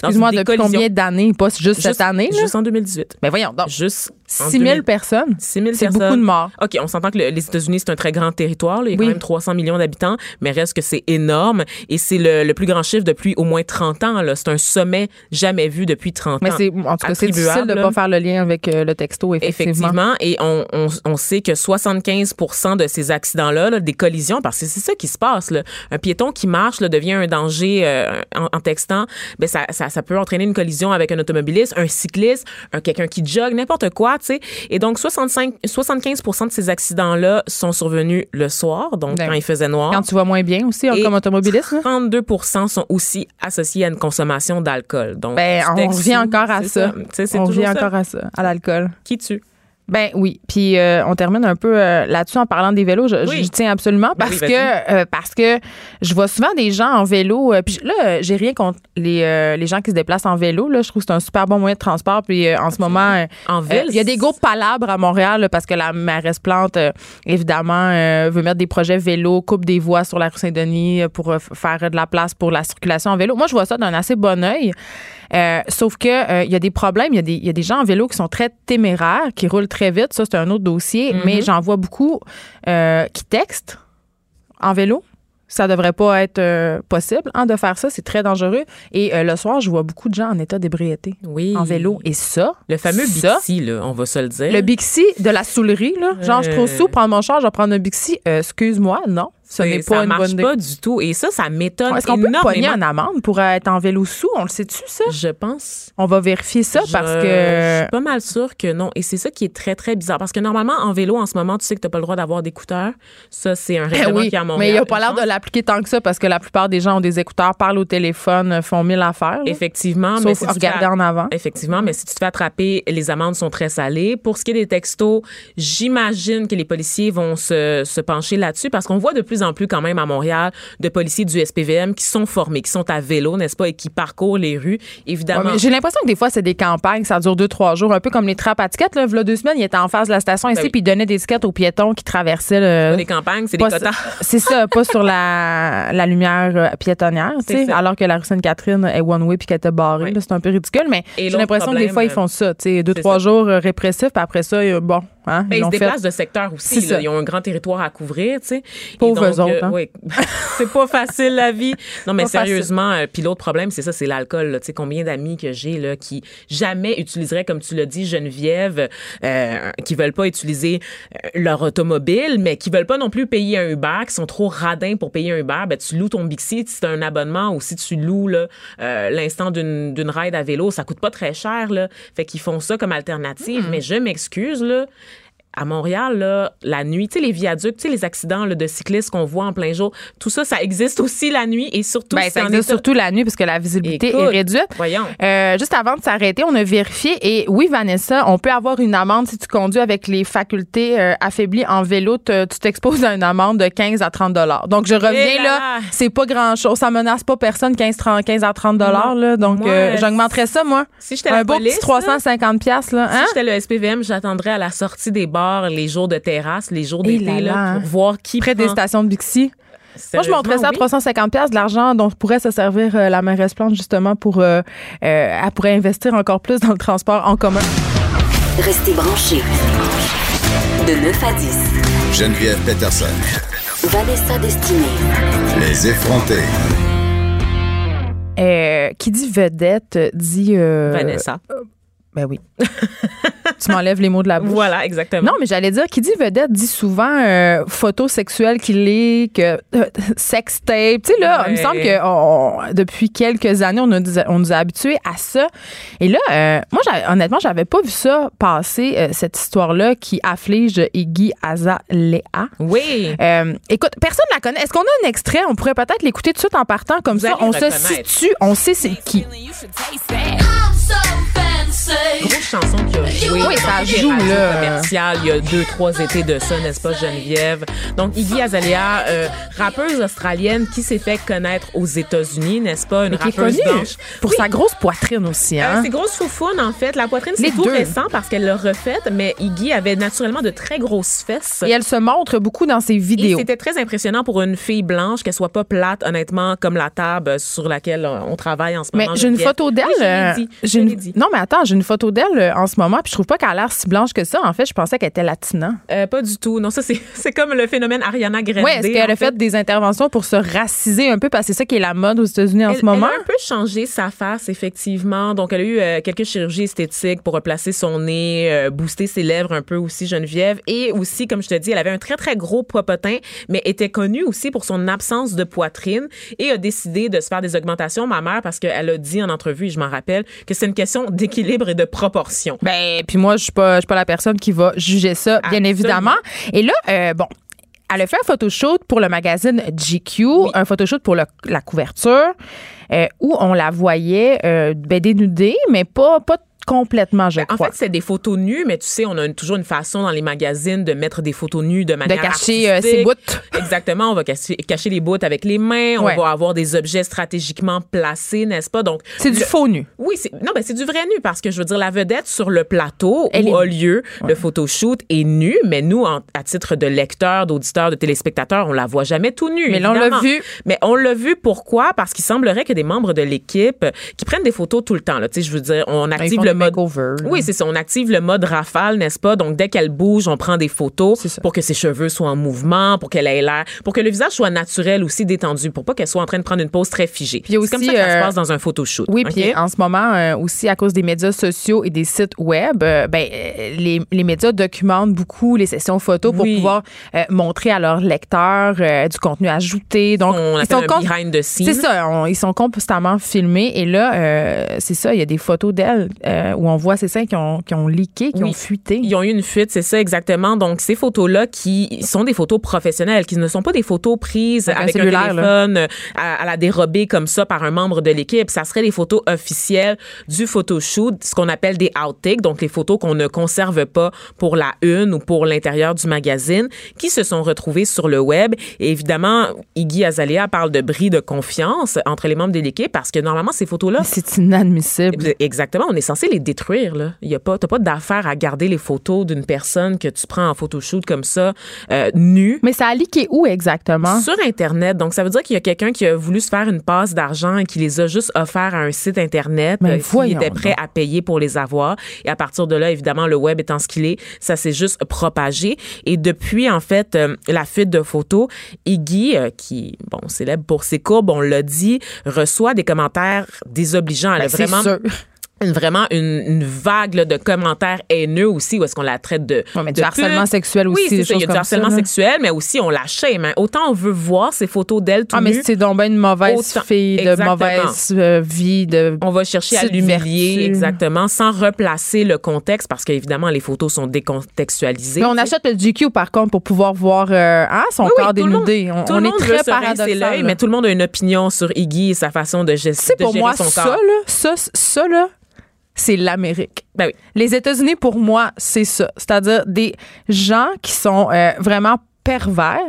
S2: Excuse-moi,
S3: des
S2: depuis
S3: collisions.
S2: combien d'années? Pas juste
S3: Juste-
S2: cette année, là?
S3: Juste en 2018.
S2: Mais voyons donc.
S3: Juste. en
S2: 6 000 personnes.
S3: 6 000
S2: C'est
S3: personnes.
S2: beaucoup de morts.
S3: OK, on s'entend que le- les États-Unis, c'est un très grand territoire. là. Il y a
S2: Oui.
S3: quand même 300 300 millions d'habitants, mais reste que c'est énorme et c'est le, le plus grand chiffre depuis au moins 30 ans. là. C'est un sommet jamais vu depuis 30
S2: Mais
S3: ans.
S2: c'est, en tout cas, c'est
S3: Attribuable,
S2: difficile de ne
S3: là.
S2: pas faire le lien avec euh, le texto, effectivement.
S3: Effectivement. Et on, on- on sait que 75 de ces accidents-là, là, des collisions, parce que c'est ça qui se passe. là. Un piéton qui marche là, devient un danger euh, en, en textant. Ben ça, ça, ça peut entraîner une collision avec un automobiliste, un cycliste, un, quelqu'un qui jogue, n'importe quoi. tu sais. Et donc, 65, 75 de ces accidents-là sont survenus le soir, donc
S2: Ben
S3: quand
S2: oui.
S3: il faisait noir.
S2: Quand tu vas moins bien aussi, hein,
S3: Et
S2: comme automobiliste. là.
S3: 32 sont aussi associés à une consommation d'alcool. Donc,
S2: Ben,
S3: tu
S2: on
S3: t'excites,
S2: revient encore à
S3: c'est
S2: ça.
S3: Tu sais, C'est
S2: on
S3: toujours
S2: revient
S3: ça.
S2: encore à ça, à l'alcool.
S3: Qui tue?
S2: Ben oui, puis euh, on termine un peu euh, là-dessus en parlant des vélos. Je, je-
S3: Oui.
S2: je tiens absolument
S3: Ben
S2: parce
S3: oui,
S2: que euh, parce que je vois souvent des gens en vélo. euh, puis je- là, euh, j'ai rien contre les euh, les gens qui se déplacent en vélo. Là, je trouve que c'est un super bon moyen de transport. Puis euh, en ce moment, euh,
S3: En
S2: euh,
S3: ville,
S2: il y a des groupes palabres à Montréal là, parce que la mairesse Plante, euh, évidemment, euh, veut mettre des projets vélo, coupe des voies sur la rue Saint-Denis euh, pour euh, f- faire euh, de la place pour la circulation en vélo. Moi, je vois ça d'un assez bon œil. Euh, sauf que euh, il y a des problèmes, il y, a des- il y a des gens en vélo qui sont très téméraires, qui roulent très vite. Ça, c'est un autre dossier.
S3: Mm-hmm.
S2: Mais j'en vois beaucoup euh, qui textent en vélo. Ça devrait pas être euh, possible hein, de faire ça. C'est très dangereux. Et euh, le soir, je vois beaucoup de gens en état d'ébriété
S3: Oui.
S2: en vélo. Et ça,
S3: Le fameux
S2: ça,
S3: Bixi, là, on va se le dire.
S2: le Bixi de la soulerie, là. Genre, je suis trop
S3: Eh? Euh.
S2: sous, prendre mon char, je vais prendre un Bixi. Euh, excuse-moi, non. Ce
S3: C'est-
S2: n'est
S3: ça
S2: pas une
S3: marche
S2: bonne idée.
S3: pas du tout. Et ça, ça m'étonne
S2: Est-ce qu'on peut pogner
S3: énormément.
S2: en amende pour euh, être en vélo sous? On le sait-tu, ça?
S3: Je pense.
S2: On va vérifier ça
S3: Je-
S2: parce
S3: Je
S2: que.
S3: suis pas mal sûre que non. Et c'est ça qui est très, très bizarre. Parce que normalement, en vélo, en ce moment, tu sais que t'as pas le droit d'avoir d'écouteurs. Ça, c'est un
S2: Ben
S3: règlement
S2: oui,
S3: qui est à
S2: mais
S3: Montréal.
S2: il a pas
S3: je
S2: l'air
S3: pense.
S2: de l'appliquer tant que ça parce que la plupart des gens ont des écouteurs, parlent au téléphone, euh, font mille affaires. là.
S3: Effectivement, mais
S2: Sauf
S3: si tu fais-
S2: regarder en avant.
S3: Effectivement, mais si tu te fais attraper, les amendes sont très salées. Pour ce qui est des textos, j'imagine que les policiers vont se, se pencher là-dessus parce qu'on voit de plus en plus quand même à Montréal de policiers du SPVM qui sont formés, qui sont à vélo, n'est-ce pas, et qui parcourent les rues.
S2: Ouais,
S3: Évidemment,
S2: mais J'ai l'impression que des fois, c'est des campagnes, ça dure deux, trois jours, un peu comme les trappes à tickets. Là, v'là deux semaines, il était en face de la station ici,
S3: Ben oui.
S2: puis il donnait des tickets aux piétons qui traversaient le,
S3: les campagnes, c'est des
S2: Pas
S3: quotas.
S2: sur- C'est ça, pas sur la, la lumière euh, piétonnière, tu
S3: C'est
S2: sais,
S3: ça.
S2: alors que la rue Sainte-Catherine est one-way puis qu'elle était barrée.
S3: Oui.
S2: là, C'est un peu ridicule, mais j'ai
S3: Et l'autre
S2: l'impression que des
S3: problème,
S2: fois, ils
S3: euh,
S2: font ça, tu sais, deux,
S3: c'est
S2: trois
S3: ça.
S2: jours euh, répressifs, puis après ça, euh, bon, hein,
S3: Ben,
S2: ils
S3: ils
S2: l'ont
S3: se
S2: fait.
S3: déplacent de secteur aussi.
S2: C'est
S3: là.
S2: ça.
S3: Ils ont un grand territoire à couvrir, tu sais. Et
S2: Pauvres
S3: donc, euh,
S2: autres, hein.
S3: oui. c'est pas facile, la vie. Non, mais
S2: Pas facile.
S3: sérieusement, euh, puis l'autre problème, c'est ça, c'est l'alcool. là. Tu sais, combien d'amis que j'ai là, qui jamais utiliseraient, comme tu l'as dit, Geneviève, euh, qui veulent pas utiliser euh, leur automobile, mais qui veulent pas non plus payer un Uber, qui sont trop radins pour payer un Uber. Ben, tu loues ton Bixi si tu un abonnement ou si tu loues là, euh, l'instant d'une d'une ride à vélo. Ça coûte pas très cher. Là. Fait qu'ils font ça comme alternative. Mais je m'excuse, là à Montréal, là, la nuit, tu sais, les viaducs, tu sais, les accidents là, de cyclistes qu'on voit en plein jour, tout ça, ça existe aussi la nuit et surtout,
S2: Ben,
S3: si
S2: ça
S3: t'en
S2: existe
S3: es-
S2: surtout la nuit parce que la visibilité est
S3: Écoute,
S2: réduite.
S3: voyons.
S2: Euh, juste avant de s'arrêter, on a vérifié et oui, Vanessa, on peut avoir une amende si tu conduis avec les facultés euh, affaiblies en vélo. te- tu t'exposes à une amende de 15 à 30 dollars. Donc je reviens
S3: Eh là
S2: là,
S3: là.
S2: c'est pas grand chose, ça menace pas personne 15, 30, 15 à 30 dollars là. Donc
S3: Moi,
S2: euh,
S3: euh,
S2: j'augmenterais ça moi.
S3: si j'étais la
S2: un beau
S3: police,
S2: petit 350 piastres, là,
S3: Si
S2: hein?
S3: j'étais le SPVM, j'attendrais à la sortie des bars, les jours de terrasse, les jours
S2: Eh
S3: d'été,
S2: là
S3: là,
S2: là, hein.
S3: pour voir qui
S2: Près des
S3: prend-
S2: stations de Bixi. Moi, je montrais ça à
S3: Sérieusement, oui.
S2: 350 pièces de l'argent dont pourrait se servir euh, la mairesse Plante, justement, pour... euh, euh, elle pourrait investir encore plus dans le transport en commun.
S4: Restez branchés. De 9 à 10.
S1: Geneviève Peterson.
S4: Vanessa Destinée.
S1: Les effrontés.
S2: Euh, qui dit vedette euh, dit. euh,
S3: Vanessa.
S2: Ben oui. tu m'enlèves les mots de la bouche.
S3: Voilà, exactement.
S2: Non, mais j'allais dire, qui dit vedette dit souvent euh, photo sexuelle qu'il est, que euh, sex tape. Tu sais, là, il me
S3: Ouais.
S2: semble que on- depuis quelques années, on nous, a- on nous a habitués à ça. Et là, euh, moi, j'avais- honnêtement, j'avais pas vu ça passer, euh, cette histoire-là qui afflige Iggy Azalea.
S3: Oui.
S2: Euh, écoute, personne ne la connaît. Est-ce qu'on a un extrait? On pourrait peut-être l'écouter tout de suite en partant. Comme ça,
S3: allez
S2: on se
S3: reconnaître.
S2: situe, on sait c'est qui.
S5: I'm so fancy.
S3: Grosse chanson qui a joué.
S2: Oui, ça
S3: dans les
S2: joue,
S3: radios
S2: là.
S3: commerciales il y a deux, trois étés de ça, n'est-ce pas, Geneviève? Donc, Iggy Azalea, euh, rappeuse australienne qui s'est fait connaître aux États-Unis, n'est-ce pas? Une
S2: qui est
S3: rappeuse
S2: connue
S3: blanche.
S2: pour
S3: Oui,
S2: sa grosse poitrine aussi.
S3: euh,
S2: Hein?
S3: C'est grosse foufoune, en fait. La poitrine,
S2: Les
S3: c'est tout
S2: deux.
S3: récent parce qu'elle l'a refaite, mais Iggy avait naturellement de très grosses fesses.
S2: Et elle se montre beaucoup dans ses
S3: Et
S2: vidéos.
S3: c'était très impressionnant pour une fille blanche qu'elle soit pas plate, honnêtement, comme la table sur laquelle euh, on travaille en ce
S2: Mais
S3: moment.
S2: j'ai une
S3: Geneviève.
S2: photo d'elle.
S3: Oui, je l'ai
S2: euh,
S3: dit,
S2: j'ai
S3: je
S2: une-
S3: l'ai dit.
S2: Non, mais attends, j'ai j'ai une photo d'elle euh, en ce moment, puis je trouve pas qu'elle a l'air si blanche que ça. En fait, je pensais qu'elle était latina.
S3: Euh, pas du tout. Non, ça, c'est c'est comme le phénomène Ariana Grande.
S2: Oui, est-ce qu'elle a
S3: en
S2: fait, des interventions pour se raciser un peu, parce que c'est ça qui est la mode aux États-Unis en
S3: elle,
S2: ce moment?
S3: Elle a un peu changé sa face, effectivement. Donc, elle a eu euh, quelques chirurgies esthétiques pour replacer son nez, euh, booster ses lèvres un peu aussi, Geneviève. Et aussi, comme je te dis, elle avait un très, très gros popotin, mais était connue aussi pour son absence de poitrine et a décidé de se faire des augmentations, ma mère, parce qu'elle a dit en entrevue, et je m'en rappelle, que c'est une question d'équilibre et de proportion.
S2: Ben, puis moi, je suis pas, je suis pas la personne qui va juger ça, bien
S3: Absolument.
S2: évidemment. Et là, euh, bon. Elle a fait un photoshoot pour le magazine GQ, un photoshoot pour le- la couverture, euh, où on la voyait euh, ben, dénudée, mais pas, pas complètement, je
S3: Ben, En
S2: crois.
S3: fait, c'est des photos nues, mais tu sais, on a une- toujours une façon dans les magazines de mettre des photos nues de manière
S2: cacher, euh,
S3: artistique.
S2: ses bouts.
S3: Exactement, on va cacher, cacher les bouts avec les mains, on
S2: Ouais.
S3: va avoir des objets stratégiquement placés, n'est-ce pas Donc
S2: c'est du
S3: le-
S2: faux nu.
S3: Oui, c'est non, mais c'est du vrai nu parce que je veux dire la vedette sur le plateau
S2: Elle
S3: où
S2: est
S3: a lieu le photoshoot est nu, mais nous en- à titre de lecteur, d'auditeur, de téléspectateur, on la voit jamais tout nu.
S2: Mais là, on l'a
S3: évidemment.
S2: vu.
S3: Mais on l'a vu pourquoi Parce qu'il semblerait que des membres de l'équipe euh, qui prennent des photos tout le temps. Là, tu sais, je veux dire, on active
S2: Ah, font
S3: le
S2: des
S3: mode.
S2: makeovers, là.
S3: Oui, c'est ça. On active le mode rafale, n'est-ce pas Donc dès qu'elle bouge, on prend des photos
S2: ça.
S3: pour que ses cheveux soient en mouvement, pour qu'elle ait l'air, pour que le visage soit naturel aussi détendu, pour pas qu'elle soit en train de prendre une pose très figée.
S2: Puis il y a
S3: c'est comme
S2: aussi,
S3: ça que ça
S2: euh,
S3: se passe dans un photoshoot.
S2: Oui,
S3: OK?
S2: puis en ce moment euh, aussi à cause des médias sociaux et des sites web, euh, ben euh, les, les médias documentent beaucoup les sessions photos pour
S3: Oui.
S2: pouvoir euh, montrer à leurs lecteurs euh, du contenu ajouté. Donc
S3: On appelle un
S2: con-
S3: behind the scenes.
S2: C'est ça, on- ils sont constamment filmés et là euh, c'est ça, il y a des photos d'elle euh, où on voit ces seins qui ont qui ont leaké, qui
S3: Oui.
S2: ont fuité.
S3: Ils ont eu une fuite, c'est ça exactement. Donc ces photos-là qui sont des photos professionnelles, qui ne sont pas des photos prises
S2: Avec un
S3: avec,
S2: cellulaire,
S3: un téléphone euh, à, à la dérobée comme ça par un membre de l'équipe. Ça serait des photos officielles du photoshoot, ce qu'on appelle des outtakes, donc les photos qu'on ne conserve pas pour la une ou pour l'intérieur du magazine, qui se sont retrouvées sur le web. Et évidemment, Iggy Azalea parle de bris de confiance entre les membres de l'équipe parce que normalement ces photos-là
S2: C'est inadmissible.
S3: Exactement, on est censé les détruire. Là. Il y a pas, t'as pas d'affaire à garder les photos d'une personne que tu prends en photoshoot comme ça, euh, nue.
S2: Mais ça a leaké où exactement
S3: Sur Internet. Donc, ça veut dire qu'il y a quelqu'un qui a voulu se faire une passe d'argent et qui les a juste offerts à un site Internet
S2: Mais
S3: euh, qui
S2: voyons
S3: était prêt
S2: donc.
S3: à payer pour les avoir. Et à partir de là, évidemment, le web étant ce qu'il est, ça s'est juste propagé. Et depuis, en fait, euh, la fuite de photos, Iggy, euh, qui, bon, célèbre pour ses courbes, on l'a dit, reçoit des commentaires désobligeants. Elle a
S2: Ben, c'est
S3: vraiment
S2: sûr.
S3: une- vraiment une, une vague là, de commentaires haineux aussi, où est-ce qu'on la traite de.
S2: Ouais, mais du
S3: de
S2: harcèlement
S3: pute.
S2: sexuel aussi,
S3: Oui, c'est
S2: des
S3: ça,
S2: choses
S3: il y a du
S2: comme
S3: harcèlement
S2: ça, là.
S3: sexuel, mais aussi on la shame. hein. Autant on veut voir ces photos d'elle tout
S2: Ah mais
S3: nue,
S2: c'est donc ben une mauvaise
S3: Autant-
S2: fille, de
S3: Exactement.
S2: mauvaise euh, vie, de
S3: on va chercher à
S2: Petite
S3: l'humilier,
S2: vertu.
S3: exactement, sans replacer le contexte, parce qu'évidemment, les photos sont décontextualisées.
S2: Mais on achète le GQ par contre pour pouvoir voir euh, hein, son
S3: Ah Oui, oui,
S2: corps
S3: tout le monde-
S2: dénudé. On,
S3: tout
S2: on
S3: le
S2: est
S3: monde
S2: très
S3: veut se rincer
S2: paradoxal.
S3: l'œil,
S2: là.
S3: mais tout le monde a une opinion sur Iggy et sa façon de, gest-
S2: C'est
S3: de
S2: pour
S3: gérer
S2: moi
S3: son
S2: ça
S3: corps.
S2: là, ça, ça là, c'est l'Amérique.
S3: Ben oui.
S2: Les États-Unis pour moi c'est ça, c'est-à-dire des gens qui sont euh, vraiment pervers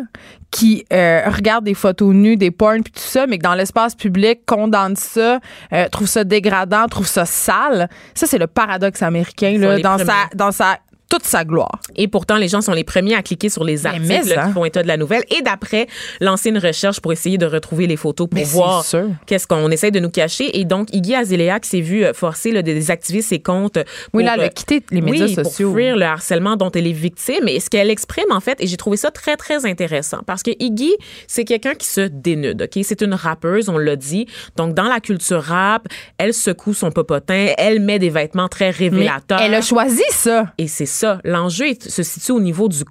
S2: qui euh, regardent des photos nues, des porns puis tout ça, mais que dans l'espace public condamnent ça, euh, trouvent ça dégradant, trouvent ça sale. Ça c'est le paradoxe américain là,
S3: les
S2: dans
S3: premiers.
S2: sa dans sa toute sa gloire.
S3: Et pourtant, les gens sont les premiers à cliquer sur les articles
S2: mais ça.
S3: qui font état de la nouvelle et d'après lancer une recherche pour essayer de retrouver les photos pour
S2: Mais c'est
S3: voir
S2: sûr.
S3: qu'est-ce qu'on essaie de nous cacher. Et donc, Iggy Azalea qui s'est vu euh, forcé là, de désactiver ses comptes.
S2: Oui,
S3: pour,
S2: là, elle a
S3: euh,
S2: quitté les médias
S3: oui,
S2: sociaux.
S3: Pour fuir le harcèlement dont elle est victime. Et ce qu'elle exprime, en fait, et j'ai trouvé ça très, très intéressant parce que Iggy, c'est quelqu'un qui se dénude, OK? C'est une rappeuse, on l'a dit. Donc, dans la culture rap, elle secoue son popotin, elle met des vêtements très
S2: Mais
S3: révélateurs.
S2: elle a choisi ça.
S3: Et c'est ça, l'enjeu est- se situe au niveau du
S2: Mais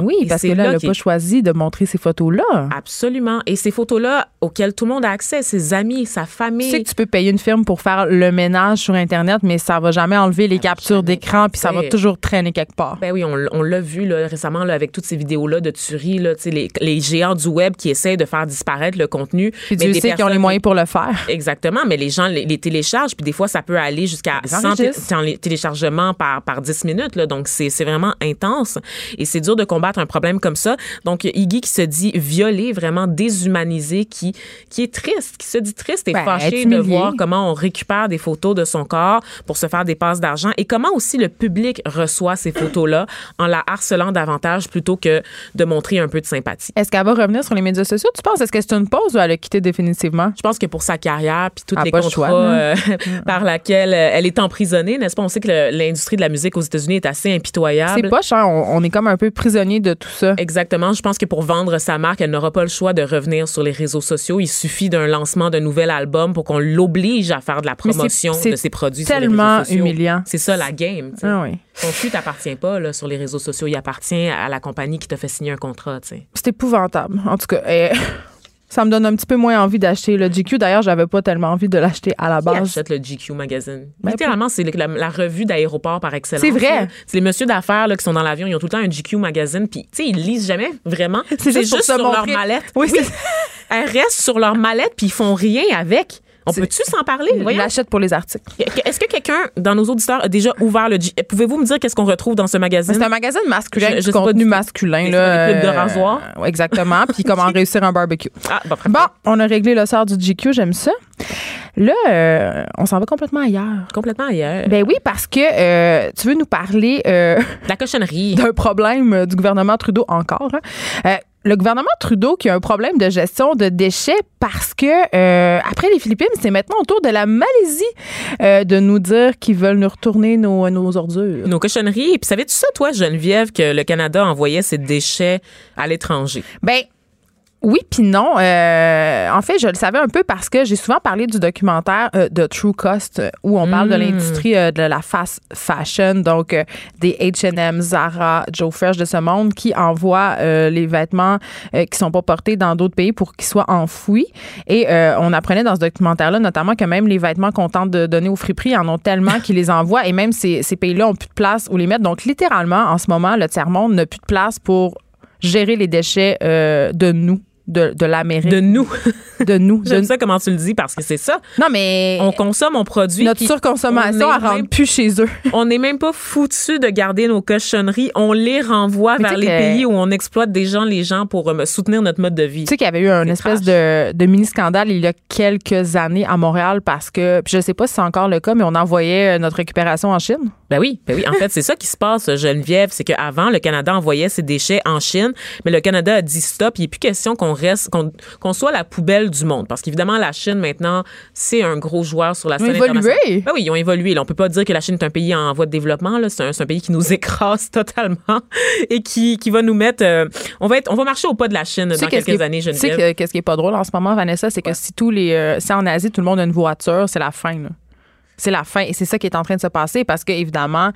S2: Ben oui,
S3: Hein? Et
S2: parce que
S3: c'est
S2: là, elle n'a
S3: qu'il-
S2: pas choisi de montrer ces
S3: Ah,
S2: photos-là.
S3: Absolument. Et ces photos-là auxquelles tout le monde a accès, ses amis, sa
S2: Tu
S3: famille.
S2: sais que tu peux payer une firme pour faire le ménage sur Internet, mais ça va jamais enlever les captures d'écran, puis ça va
S3: C'est-
S2: toujours traîner quelque part.
S3: Ben oui, on, l- on l'a vu là, récemment là, avec toutes ces vidéos-là de tueries, là, tu sais, les, les géants du web qui essaient de faire disparaître le contenu.
S2: Puis
S3: mais
S2: Dieu
S3: des
S2: sait qu'ils ont les
S3: personnes-
S2: moyens pour le faire.
S3: Exactement, mais les gens les, les téléchargent, puis des fois, ça peut aller jusqu'à
S2: Ils
S3: 100
S2: enregistrent.
S3: tél- téléchargements par, par 10 minutes. Là, Donc, c'est c'est vraiment intense et c'est dur de combattre un problème comme ça. Donc, Iggy qui se dit violé, vraiment déshumanisé, qui, qui est triste, qui se dit triste et
S2: Ben,
S3: fâché
S2: être
S3: de
S2: humilié.
S3: voir comment on récupère des photos de son corps pour se faire des passes d'argent et comment aussi le public reçoit ces photos-là en la harcelant davantage plutôt que de montrer un peu de sympathie.
S2: Est-ce qu'elle va revenir sur les médias sociaux, tu penses? Est-ce que c'est une pause ou elle a quitté définitivement?
S3: Je pense que pour sa carrière, puis toutes
S2: Ah,
S3: les
S2: pas le choix,
S3: contrats
S2: Mm. là.
S3: euh, par laquelle euh, elle est emprisonnée, n'est-ce pas? On sait que le- l'industrie de la musique aux États-Unis est assez impitoyable.
S2: C'est poche, hein? on, on est comme un peu prisonnier de tout ça.
S3: Exactement. Je pense que pour vendre sa marque, elle n'aura pas le choix de revenir sur les réseaux sociaux. Il suffit d'un lancement d'un nouvel album pour qu'on l'oblige à faire de la
S2: Mais c'est-
S3: promotion
S2: c'est
S3: de ses produits sur les
S2: tellement
S3: réseaux sociaux.
S2: humiliant.
S3: C'est ça la game. tu sais.
S2: Ah oui.
S3: Ton flux t'appartient pas là, sur les réseaux sociaux. Il appartient à la compagnie qui t'a fait signer un contrat. tu sais.
S2: C'est épouvantable. En tout cas, euh, ça me donne un petit peu moins envie d'acheter le GQ. D'ailleurs, j'avais pas tellement envie de l'acheter à la
S3: Qui
S2: base.
S3: achète le GQ magazine.
S2: Ben,
S3: Littéralement, c'est le- la, la revue d'aéroport par excellence.
S2: C'est vrai.
S3: là. C'est les messieurs d'affaires là, qui sont dans l'avion, ils ont tout le temps un GQ magazine, puis tu sais, ils lisent jamais vraiment.
S2: pour se
S3: sur leur
S2: montrer.
S3: mallette.
S2: Oui, c'est
S3: Elles restent sur leur mallette puis ils font rien avec. On
S2: C'est-
S3: peut-tu s'en parler?
S2: Ils
S3: Voyons.
S2: l'achètent pour les articles.
S3: Est-ce que quelqu'un dans nos auditeurs a déjà ouvert le G? Pouvez-vous me dire qu'est-ce qu'on retrouve dans ce magazine?
S2: C'est un magazine masculin,
S3: Je- je
S2: du
S3: sais pas
S2: contenu
S3: du tout.
S2: masculin.
S3: C'est
S2: Là,
S3: ça, des clips de
S2: euh,
S3: rasoir?
S2: ouais, exactement. Puis comment réussir un barbecue.
S3: Ah, bah,
S2: Bon, on a réglé le sort du GQ, j'aime ça. Là, euh, on s'en va complètement ailleurs.
S3: complètement ailleurs.
S2: Ben oui, parce que euh, tu veux nous parler euh,
S3: la cochonnerie.
S2: d'un problème euh, du gouvernement Trudeau encore. hein. Euh, le gouvernement Trudeau qui a un problème de gestion de déchets parce que euh, après les Philippines, c'est maintenant au tour de la Malaisie euh, de nous dire qu'ils veulent nous retourner nos, nos ordures.
S3: Nos cochonneries. Puis savais-tu ça, toi, Geneviève, que le Canada envoyait ses déchets à l'étranger?
S2: Ben oui, puis non. Euh, en fait, je le savais un peu parce que j'ai souvent parlé du documentaire euh, de True Cost euh, où on parle de l'industrie euh, de la fast fashion, donc euh, des H&M, Zara, Joe Fresh de ce monde qui envoient euh, les vêtements euh, qui sont pas portés dans d'autres pays pour qu'ils soient enfouis. Et euh, on apprenait dans ce documentaire-là notamment que même les vêtements qu'on tente de donner aux friperies en ont tellement qu'ils les envoient et même ces, ces pays-là ont plus de place où les mettre. Donc littéralement, en ce moment, le tiers-monde n'a plus de place pour gérer les déchets euh, de nous, de, de l'Amérique.
S3: De nous.
S2: De nous. de-
S3: J'aime ça comment tu le dis parce que c'est ça.
S2: Non, mais
S3: On consomme, on produit.
S2: notre
S3: puis
S2: surconsommation,
S3: on est
S2: elle rentre
S3: même-
S2: plus chez eux.
S3: On n'est même pas foutu de garder nos cochonneries. On les renvoie
S2: Mais tu
S3: vers
S2: sais
S3: les
S2: que-
S3: pays où on exploite des gens, les gens pour euh, soutenir notre mode de vie.
S2: Tu sais qu'il y avait eu un
S3: C'est
S2: espèce
S3: trash.
S2: de, de mini-scandale il y a quelques années à Montréal parce que, puis je sais pas si c'est encore le cas, mais on envoyait euh, notre récupération en Chine.
S3: Ben oui, ben oui. En fait, c'est ça qui se passe, Geneviève. C'est qu'avant, le Canada envoyait ses déchets en Chine, mais le Canada a dit stop. Il n'est plus question qu'on reste, qu'on qu'on soit la poubelle du monde. Parce qu'évidemment, la Chine, maintenant, c'est un gros joueur sur la
S2: Ils ont
S3: scène
S2: évolué.
S3: internationale. Ben oui, ils ont évolué. là. on peut pas dire que la Chine est un pays en voie de développement. là. C'est un, c'est un pays qui nous écrase totalement et qui, qui va nous mettre... euh, on, va être, on va marcher au pas de la Chine
S2: Tu sais
S3: dans
S2: qu'est-ce qui
S3: quelques
S2: est-
S3: années,
S2: Tu sais
S3: Geneviève.
S2: que- qu'est-ce qui est pas drôle en ce moment, Vanessa, c'est que si tous les, euh, si en Asie tout le monde a une voiture, c'est la fin. là. C'est la fin et c'est ça qui est en train de se passer parce que évidemment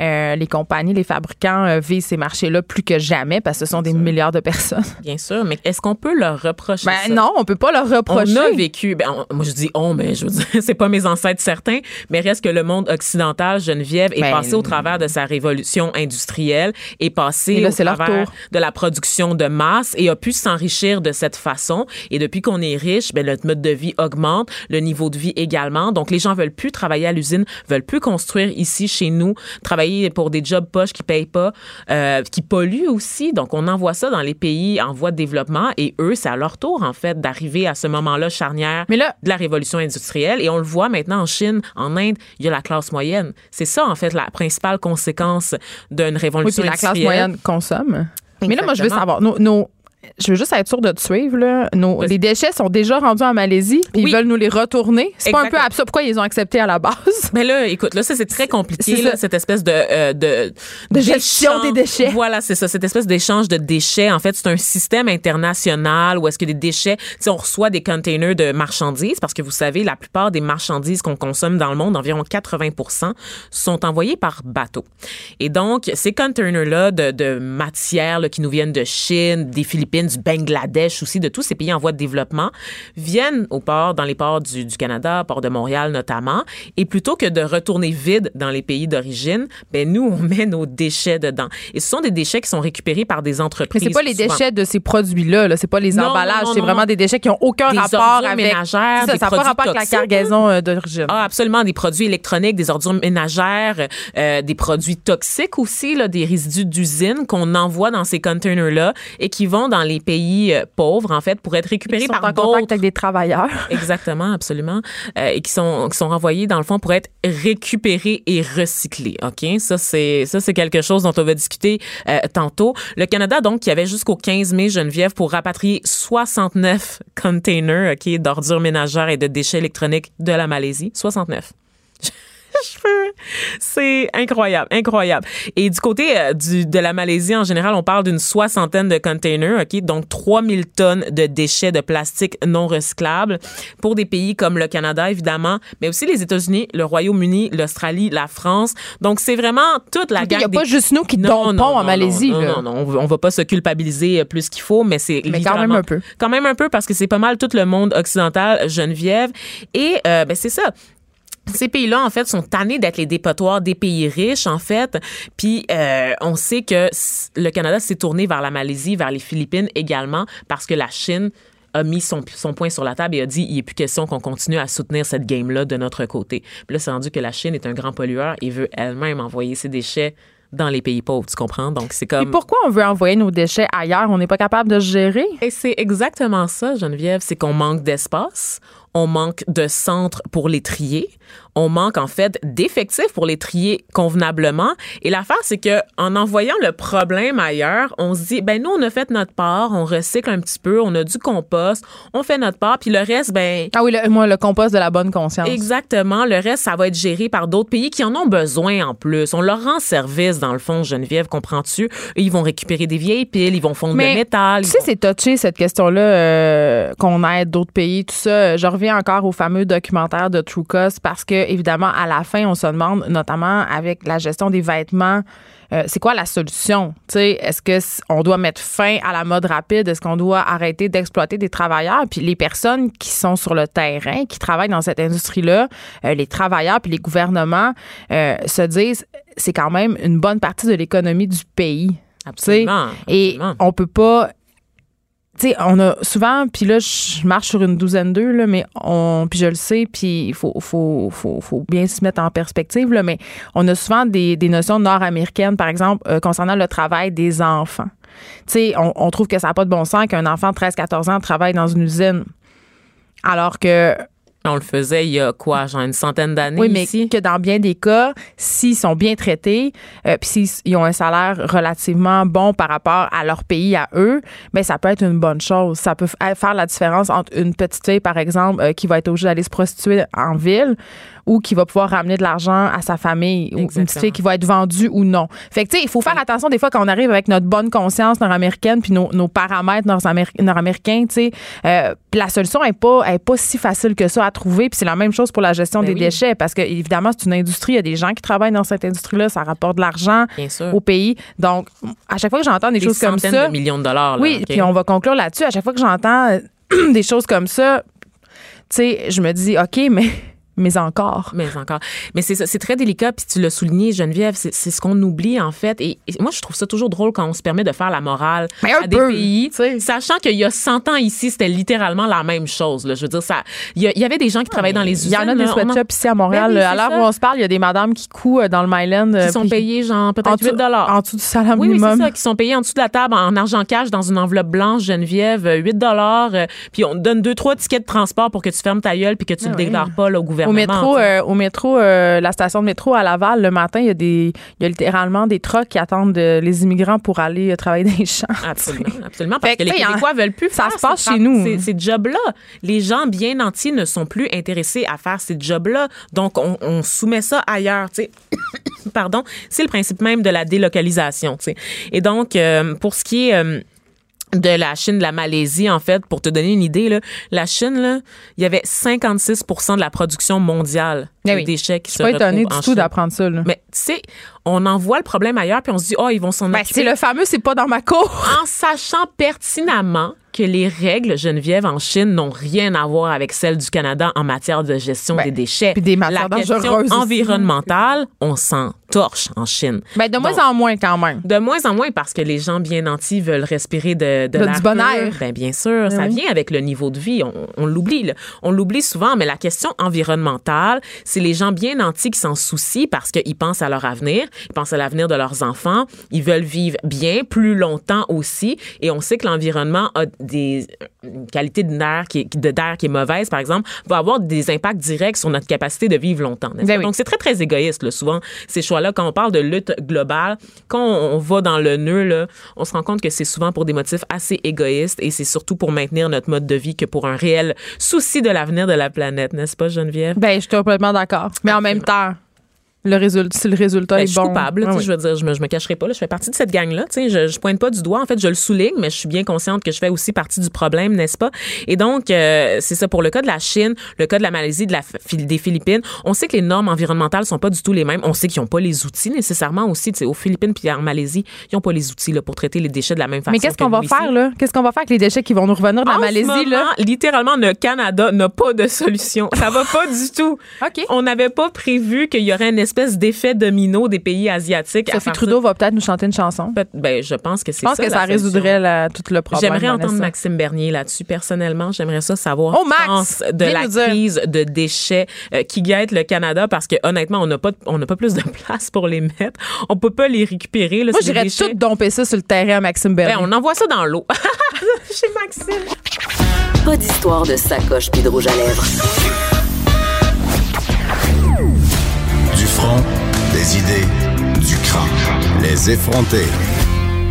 S2: euh, les compagnies, les fabricants euh, vivent ces marchés-là plus que jamais parce que ce sont des milliards de personnes.
S3: Bien sûr, mais est-ce qu'on peut leur reprocher
S2: Ben
S3: ça?
S2: non, on peut pas leur reprocher.
S3: On a vécu, ben, on- moi je dis on, mais je veux dire, c'est pas mes ancêtres certains, mais reste que le monde occidental, Geneviève, est
S2: Ben,
S3: passé au travers de sa révolution industrielle, est passé
S2: Et là,
S3: au
S2: c'est leur
S3: travers
S2: tour.
S3: de la production de masse et a pu s'enrichir de cette façon. Et depuis qu'on est riche, ben, notre mode de vie augmente, le niveau de vie également. Donc les gens veulent plus travailler à l'usine, veulent plus construire ici chez nous, travailler pour des jobs poches qui payent pas, euh, qui polluent aussi. Donc on envoie ça dans les pays en voie de développement et eux, c'est à leur tour en fait d'arriver à ce moment-là charnière
S2: Mais là-
S3: de la révolution industrielle. Et on le voit maintenant en Chine, en Inde, il y a la classe moyenne. C'est ça en fait la principale conséquence d'une
S2: Oui,
S3: révolution
S2: puis la classe
S3: industrielle.
S2: moyenne consomme. Mais là, moi, je veux
S3: Exactement.
S2: savoir. Nos, nos- je veux juste être sûre de te suivre. Là. Nos,
S3: Vas-y.
S2: les déchets sont déjà rendus en Malaisie, puis
S3: Oui.
S2: ils veulent nous les retourner. C'est pas un peu
S3: Exactement.
S2: absurde. Pourquoi ils ont accepté à la base?
S3: Mais là, écoute, là, ça, c'est très compliqué,
S2: C'est
S3: là,
S2: ça.
S3: cette espèce de... euh, de,
S2: De gestion
S3: d'échange.
S2: des déchets.
S3: Voilà, c'est ça, cette espèce d'échange de déchets. En fait, c'est un système international où est-ce que des déchets... Tu sais, on reçoit des containers de marchandises parce que, vous savez, la plupart des marchandises qu'on consomme dans le monde, environ 80 sont envoyées par bateau. Et donc, ces containers-là de, de matières là, qui nous viennent de Chine, des Philippines, Philippines, du Bangladesh aussi, de tous ces pays en voie de développement, viennent au port, dans les ports du, du Canada, port de Montréal notamment, et plutôt que de retourner vide dans les pays d'origine, ben nous, on met nos déchets dedans. Et ce sont des déchets qui sont récupérés par des
S2: Mais
S3: entreprises.
S2: c'est pas les
S3: souvent.
S2: déchets de ces produits-là, là. c'est pas les
S3: Non,
S2: emballages,
S3: non, non,
S2: c'est
S3: non.
S2: vraiment des déchets qui ont aucun
S3: Des
S2: rapport
S3: ordures
S2: avec
S3: ménagères,
S2: C'est ça,
S3: des
S2: ça n'a pas
S3: produits
S2: rapport avec la
S3: toxiques,
S2: cargaison euh, d'origine.
S3: Ah, absolument, des produits électroniques, des ordures ménagères, euh, des produits toxiques aussi, là, des résidus d'usine qu'on envoie dans ces containers-là et qui vont dans les pays euh, pauvres, en fait, pour être récupérés
S2: Ils sont
S3: par
S2: en
S3: d'autres.
S2: contact avec des travailleurs.
S3: Exactement, absolument. Euh, et qui sont, qui sont renvoyés, dans le fond, pour être récupérés et recyclés. OK? Ça, c'est, ça, c'est quelque chose dont on va discuter euh, tantôt. Le Canada, donc, qui avait jusqu'au 15 mai, Geneviève, pour rapatrier 69 containers, OK, d'ordures ménagères et de déchets électroniques de la Malaisie. 69 cheveux. C'est incroyable, incroyable. Et du côté euh, du, de la Malaisie, en général, on parle d'une soixantaine de containers, OK? Donc, 3000 tonnes de déchets de plastique non recyclables pour des pays comme le Canada, évidemment, mais aussi les États-Unis, le Royaume-Uni, l'Australie, la France. Donc, c'est vraiment toute la
S2: Il
S3: gamme.
S2: n'y a pas juste nous qui
S3: Non,
S2: tombons
S3: non,
S2: en
S3: non,
S2: Malaisie.
S3: Non,
S2: là.
S3: non, non, on va- on va pas se culpabiliser euh, plus qu'il faut, mais c'est
S2: Mais quand
S3: littéralement-
S2: même un peu.
S3: Quand même un peu parce que c'est pas mal tout le monde occidental, Geneviève, et euh, ben c'est ça. Ces pays-là, en fait, sont tannés d'être les dépotoirs des pays riches, en fait. Puis, euh, on sait que s- le Canada s'est tourné vers la Malaisie, vers les Philippines également, parce que la Chine a mis son, son point sur la table et a dit, il n'est plus question qu'on continue à soutenir cette game-là de notre côté. Puis là, c'est rendu que la Chine est un grand pollueur et veut elle-même envoyer ses déchets dans les pays pauvres, tu comprends? Donc, c'est
S2: Puis
S3: comme...
S2: pourquoi on veut envoyer nos déchets ailleurs? On n'est pas capable de se gérer?
S3: Et c'est exactement ça, Geneviève, c'est qu'on manque d'espace, on manque de centres pour les trier, on manque en fait d'effectifs pour les trier convenablement. Et l'affaire, c'est que en envoyant le problème ailleurs, on se dit, ben nous, on a fait notre part, on recycle un petit peu, on a du compost, on fait notre part, puis le reste, ben
S2: Ah oui, le- moi, le compost de la bonne conscience.
S3: Exactement. Le reste, ça va être géré par d'autres pays qui en ont besoin en plus. On leur rend service, dans le fond, Geneviève, comprends-tu? Eux, Ils vont récupérer des vieilles piles, ils vont fondre
S2: Mais,
S3: le métal.
S2: Tu
S3: ils
S2: sais,
S3: vont-
S2: c'est touché, cette question-là, euh, qu'on aide d'autres pays, tout ça. Je reviens encore au fameux documentaire de True Cost parce que, évidemment, à la fin, on se demande, notamment avec la gestion des vêtements, euh, c'est quoi la solution? Tu sais, est-ce que s- on doit mettre fin à la mode rapide? Est-ce qu'on doit arrêter d'exploiter des travailleurs? Puis les personnes qui sont sur le terrain, qui travaillent dans cette industrie-là, euh, les travailleurs puis les gouvernements euh, se disent, c'est quand même une bonne partie de l'économie du pays. Tu sais,
S3: Absolument,
S2: Et
S3: absolument.
S2: on peut pas. Tu sais, on a souvent, puis là, je marche sur une douzaine d'eux, là, mais on, puis je le sais, puis il faut, faut, faut, faut bien se mettre en perspective, là, mais on a souvent des, des notions nord-américaines, par exemple, euh, concernant le travail des enfants. Tu sais, on, on trouve que ça n'a pas de bon sens qu'un enfant de 13-14 ans travaille dans une usine, alors que
S3: On le faisait il y a quoi, genre une centaine d'années
S2: oui, mais
S3: ici?
S2: que dans bien des cas, s'ils sont bien traités, euh, puis s'ils ils ont un salaire relativement bon par rapport à leur pays, à eux, ben ça peut être une bonne chose. Ça peut fa- faire la différence entre une petite fille, par exemple, euh, qui va être obligée d'aller se prostituer en ville ou qui va pouvoir ramener de l'argent à sa famille ou une petite
S3: Exactement.
S2: fille qui va être vendue ou non. Fait que, tu sais, il faut faire attention des fois quand on arrive avec notre bonne conscience nord-américaine puis nos, nos paramètres nord-améri- nord-américains, tu sais. Euh, puis la solution n'est pas, est pas si facile que ça à trouver. Puis c'est la même chose pour la gestion
S3: Ben
S2: des
S3: oui.
S2: déchets parce que, évidemment, c'est une industrie. Il y a des gens qui travaillent dans cette industrie-là. Ça rapporte de l'argent
S3: Bien sûr.
S2: au pays. Donc, à chaque fois que j'entends des,
S3: Des
S2: choses comme
S3: centaines
S2: ça.
S3: de millions de dollars. là,
S2: oui,
S3: OK?
S2: puis on va conclure là-dessus. À chaque fois que j'entends euh, des choses comme ça, tu sais, je me dis, OK, mais, mais encore.
S3: Mais encore. Mais c'est ça, c'est très délicat, puis tu l'as souligné, Geneviève, c'est c'est ce qu'on oublie, en fait. Et, et moi, je trouve ça toujours drôle quand on se permet de faire la morale
S2: Mais un
S3: à des
S2: peu,
S3: pays,
S2: tu sais.
S3: sachant qu'il y a 100 ans ici, c'était littéralement la même chose. là. Je veux dire, ça, il y, a- il y avait des gens qui travaillaient dans les usines.
S2: Il y en a des
S3: là, on en-
S2: sweatshops ici à Montréal. euh,
S3: Ben oui,
S2: à
S3: c'est
S2: l'heure
S3: ça.
S2: où on se parle, il y a des madames qui couent euh, dans le Myland. euh,
S3: qui sont
S2: puis
S3: payés, genre,
S2: en
S3: peut-être
S2: dessous,
S3: 8
S2: en dessous du salaire
S3: Oui, oui,
S2: minimum.
S3: c'est ça, qui sont payés en dessous de la table en argent cash dans une enveloppe blanche, Geneviève, euh, 8 dollars. puis on te donne deux, trois tickets de transport pour que tu fermes ta gueule puis que tu ne le déclares pas là, au
S2: Ah Au
S3: gouvernement.
S2: métro,
S3: tu sais.
S2: euh, au métro euh, la station de métro à Laval, le matin, il y a des, il y a littéralement des trucks qui attendent euh, les immigrants pour aller euh, travailler dans les champs.
S3: Absolument, absolument. Parce
S2: Fait que,
S3: que les
S2: tu sais, en-
S3: Québécois veulent plus
S2: ça
S3: faire
S2: se passe
S3: ces tra-
S2: chez nous. hein.
S3: Ces, ces jobs-là. Les gens bien entiers ne sont plus intéressés à faire ces jobs-là. Donc, on, on soumet ça ailleurs, tu sais. Pardon. C'est le principe même de la délocalisation, tu sais. Et donc, euh, pour ce qui est... euh, de la Chine, de la Malaisie, en fait, pour te donner une idée, là, la Chine, là, il y avait 56 de la production mondiale
S2: Eh
S3: des
S2: oui.
S3: déchets qui
S2: Je
S3: se
S2: suis pas étonnée
S3: retrouvent
S2: du
S3: en
S2: tout
S3: Chine.
S2: d'apprendre ça. là.
S3: Mais tu sais, on en voit le problème ailleurs, puis on se dit, oh, ils vont s'en
S2: Ben,
S3: occuper
S2: c'est le fameux, c'est pas dans ma cour.
S3: en sachant pertinemment que les règles Geneviève en Chine n'ont rien à voir avec celles du Canada en matière de gestion
S2: Ben,
S3: des déchets.
S2: puis des matières
S3: La question
S2: dangereuses aussi.
S3: environnementale, on s'en torche en Chine.
S2: Ben, de moins
S3: Donc,
S2: en moins, quand même.
S3: de moins en moins parce que les gens bien nantis veulent respirer de, de
S2: Du
S3: l'air
S2: bon
S3: pur.
S2: air.
S3: Ben, bien sûr, ça
S2: oui.
S3: vient avec le niveau de vie. On, on l'oublie. là. On l'oublie souvent, mais la question environnementale, c'est les gens bien nantis qui s'en soucient parce qu'ils pensent à leur avenir, ils pensent à l'avenir de leurs enfants, ils veulent vivre bien, plus longtemps aussi. Et on sait que l'environnement a des une qualité de l'air qui, est- de l'air qui est mauvaise, par exemple, va avoir des impacts directs sur notre capacité de vivre longtemps. n'est-ce
S2: Ben
S3: pas?
S2: oui.
S3: Donc, c'est très, très égoïste, là, souvent, ces choix-là. Quand on parle de lutte globale, quand on, on va dans le nœud, là, on se rend compte que c'est souvent pour des motifs assez égoïstes et c'est surtout pour maintenir notre mode de vie que pour un réel souci de l'avenir de la planète, n'est-ce pas, Geneviève?
S2: Ben, je suis complètement d'accord. Mais en même temps, le résultat, si le résultat
S3: Ben,
S2: est
S3: je suis
S2: bon.
S3: coupable,
S2: Ah
S3: tu sais,
S2: oui.
S3: je veux dire, je me, je me cacherai pas, là, je fais partie de cette gang-là, tu sais, je, je pointe pas du doigt, en fait, je le souligne, mais je suis bien consciente que je fais aussi partie du problème, n'est-ce pas? Et donc, euh, c'est ça pour le cas de la Chine, le cas de la Malaisie, de la, Fi- des Philippines. On sait que les normes environnementales sont pas du tout les mêmes, on sait qu'ils ont pas les outils nécessairement aussi, tu sais, aux Philippines puis en Malaisie, ils ont pas les outils là, pour traiter les déchets de la même façon.
S2: Mais qu'est-ce
S3: que
S2: qu'on va
S3: nous, ici.
S2: faire, là? Qu'est-ce qu'on va faire avec les déchets qui vont nous revenir de la
S3: En
S2: Malaisie,
S3: ce
S2: là?
S3: moment, littéralement, le Canada n'a pas de solution. Ça va pas du tout.
S2: OK.
S3: On n'avait pas prévu qu'il y aurait une espèce d'effet domino des pays asiatiques. à
S2: Sophie
S3: partir-
S2: Trudeau va peut-être nous chanter une chanson.
S3: Peut- Ben, je pense que c'est
S2: Je pense que
S3: la
S2: ça
S3: solution.
S2: résoudrait la- tout le problème.
S3: J'aimerais entendre
S2: Vanessa.
S3: Maxime Bernier là-dessus. Personnellement, j'aimerais ça savoir
S2: Oh, Max!
S3: ce qu'il pense de
S2: Viens
S3: la
S2: nous dire.
S3: crise de déchets euh, qui guette le Canada parce que honnêtement, on n'a pas de- on n'a pas plus de place pour les mettre. On peut pas les récupérer. Là,
S2: Moi,
S3: c'est des
S2: j'irais
S3: déchets.
S2: tout domper ça sur le terrain à Maxime Bernier.
S3: Ben, on envoie ça dans l'eau. Chez Maxime.
S4: Pas d'histoire de sacoche puis de rouge à lèvres.
S1: Du front, des idées, du crâne. Les effronter.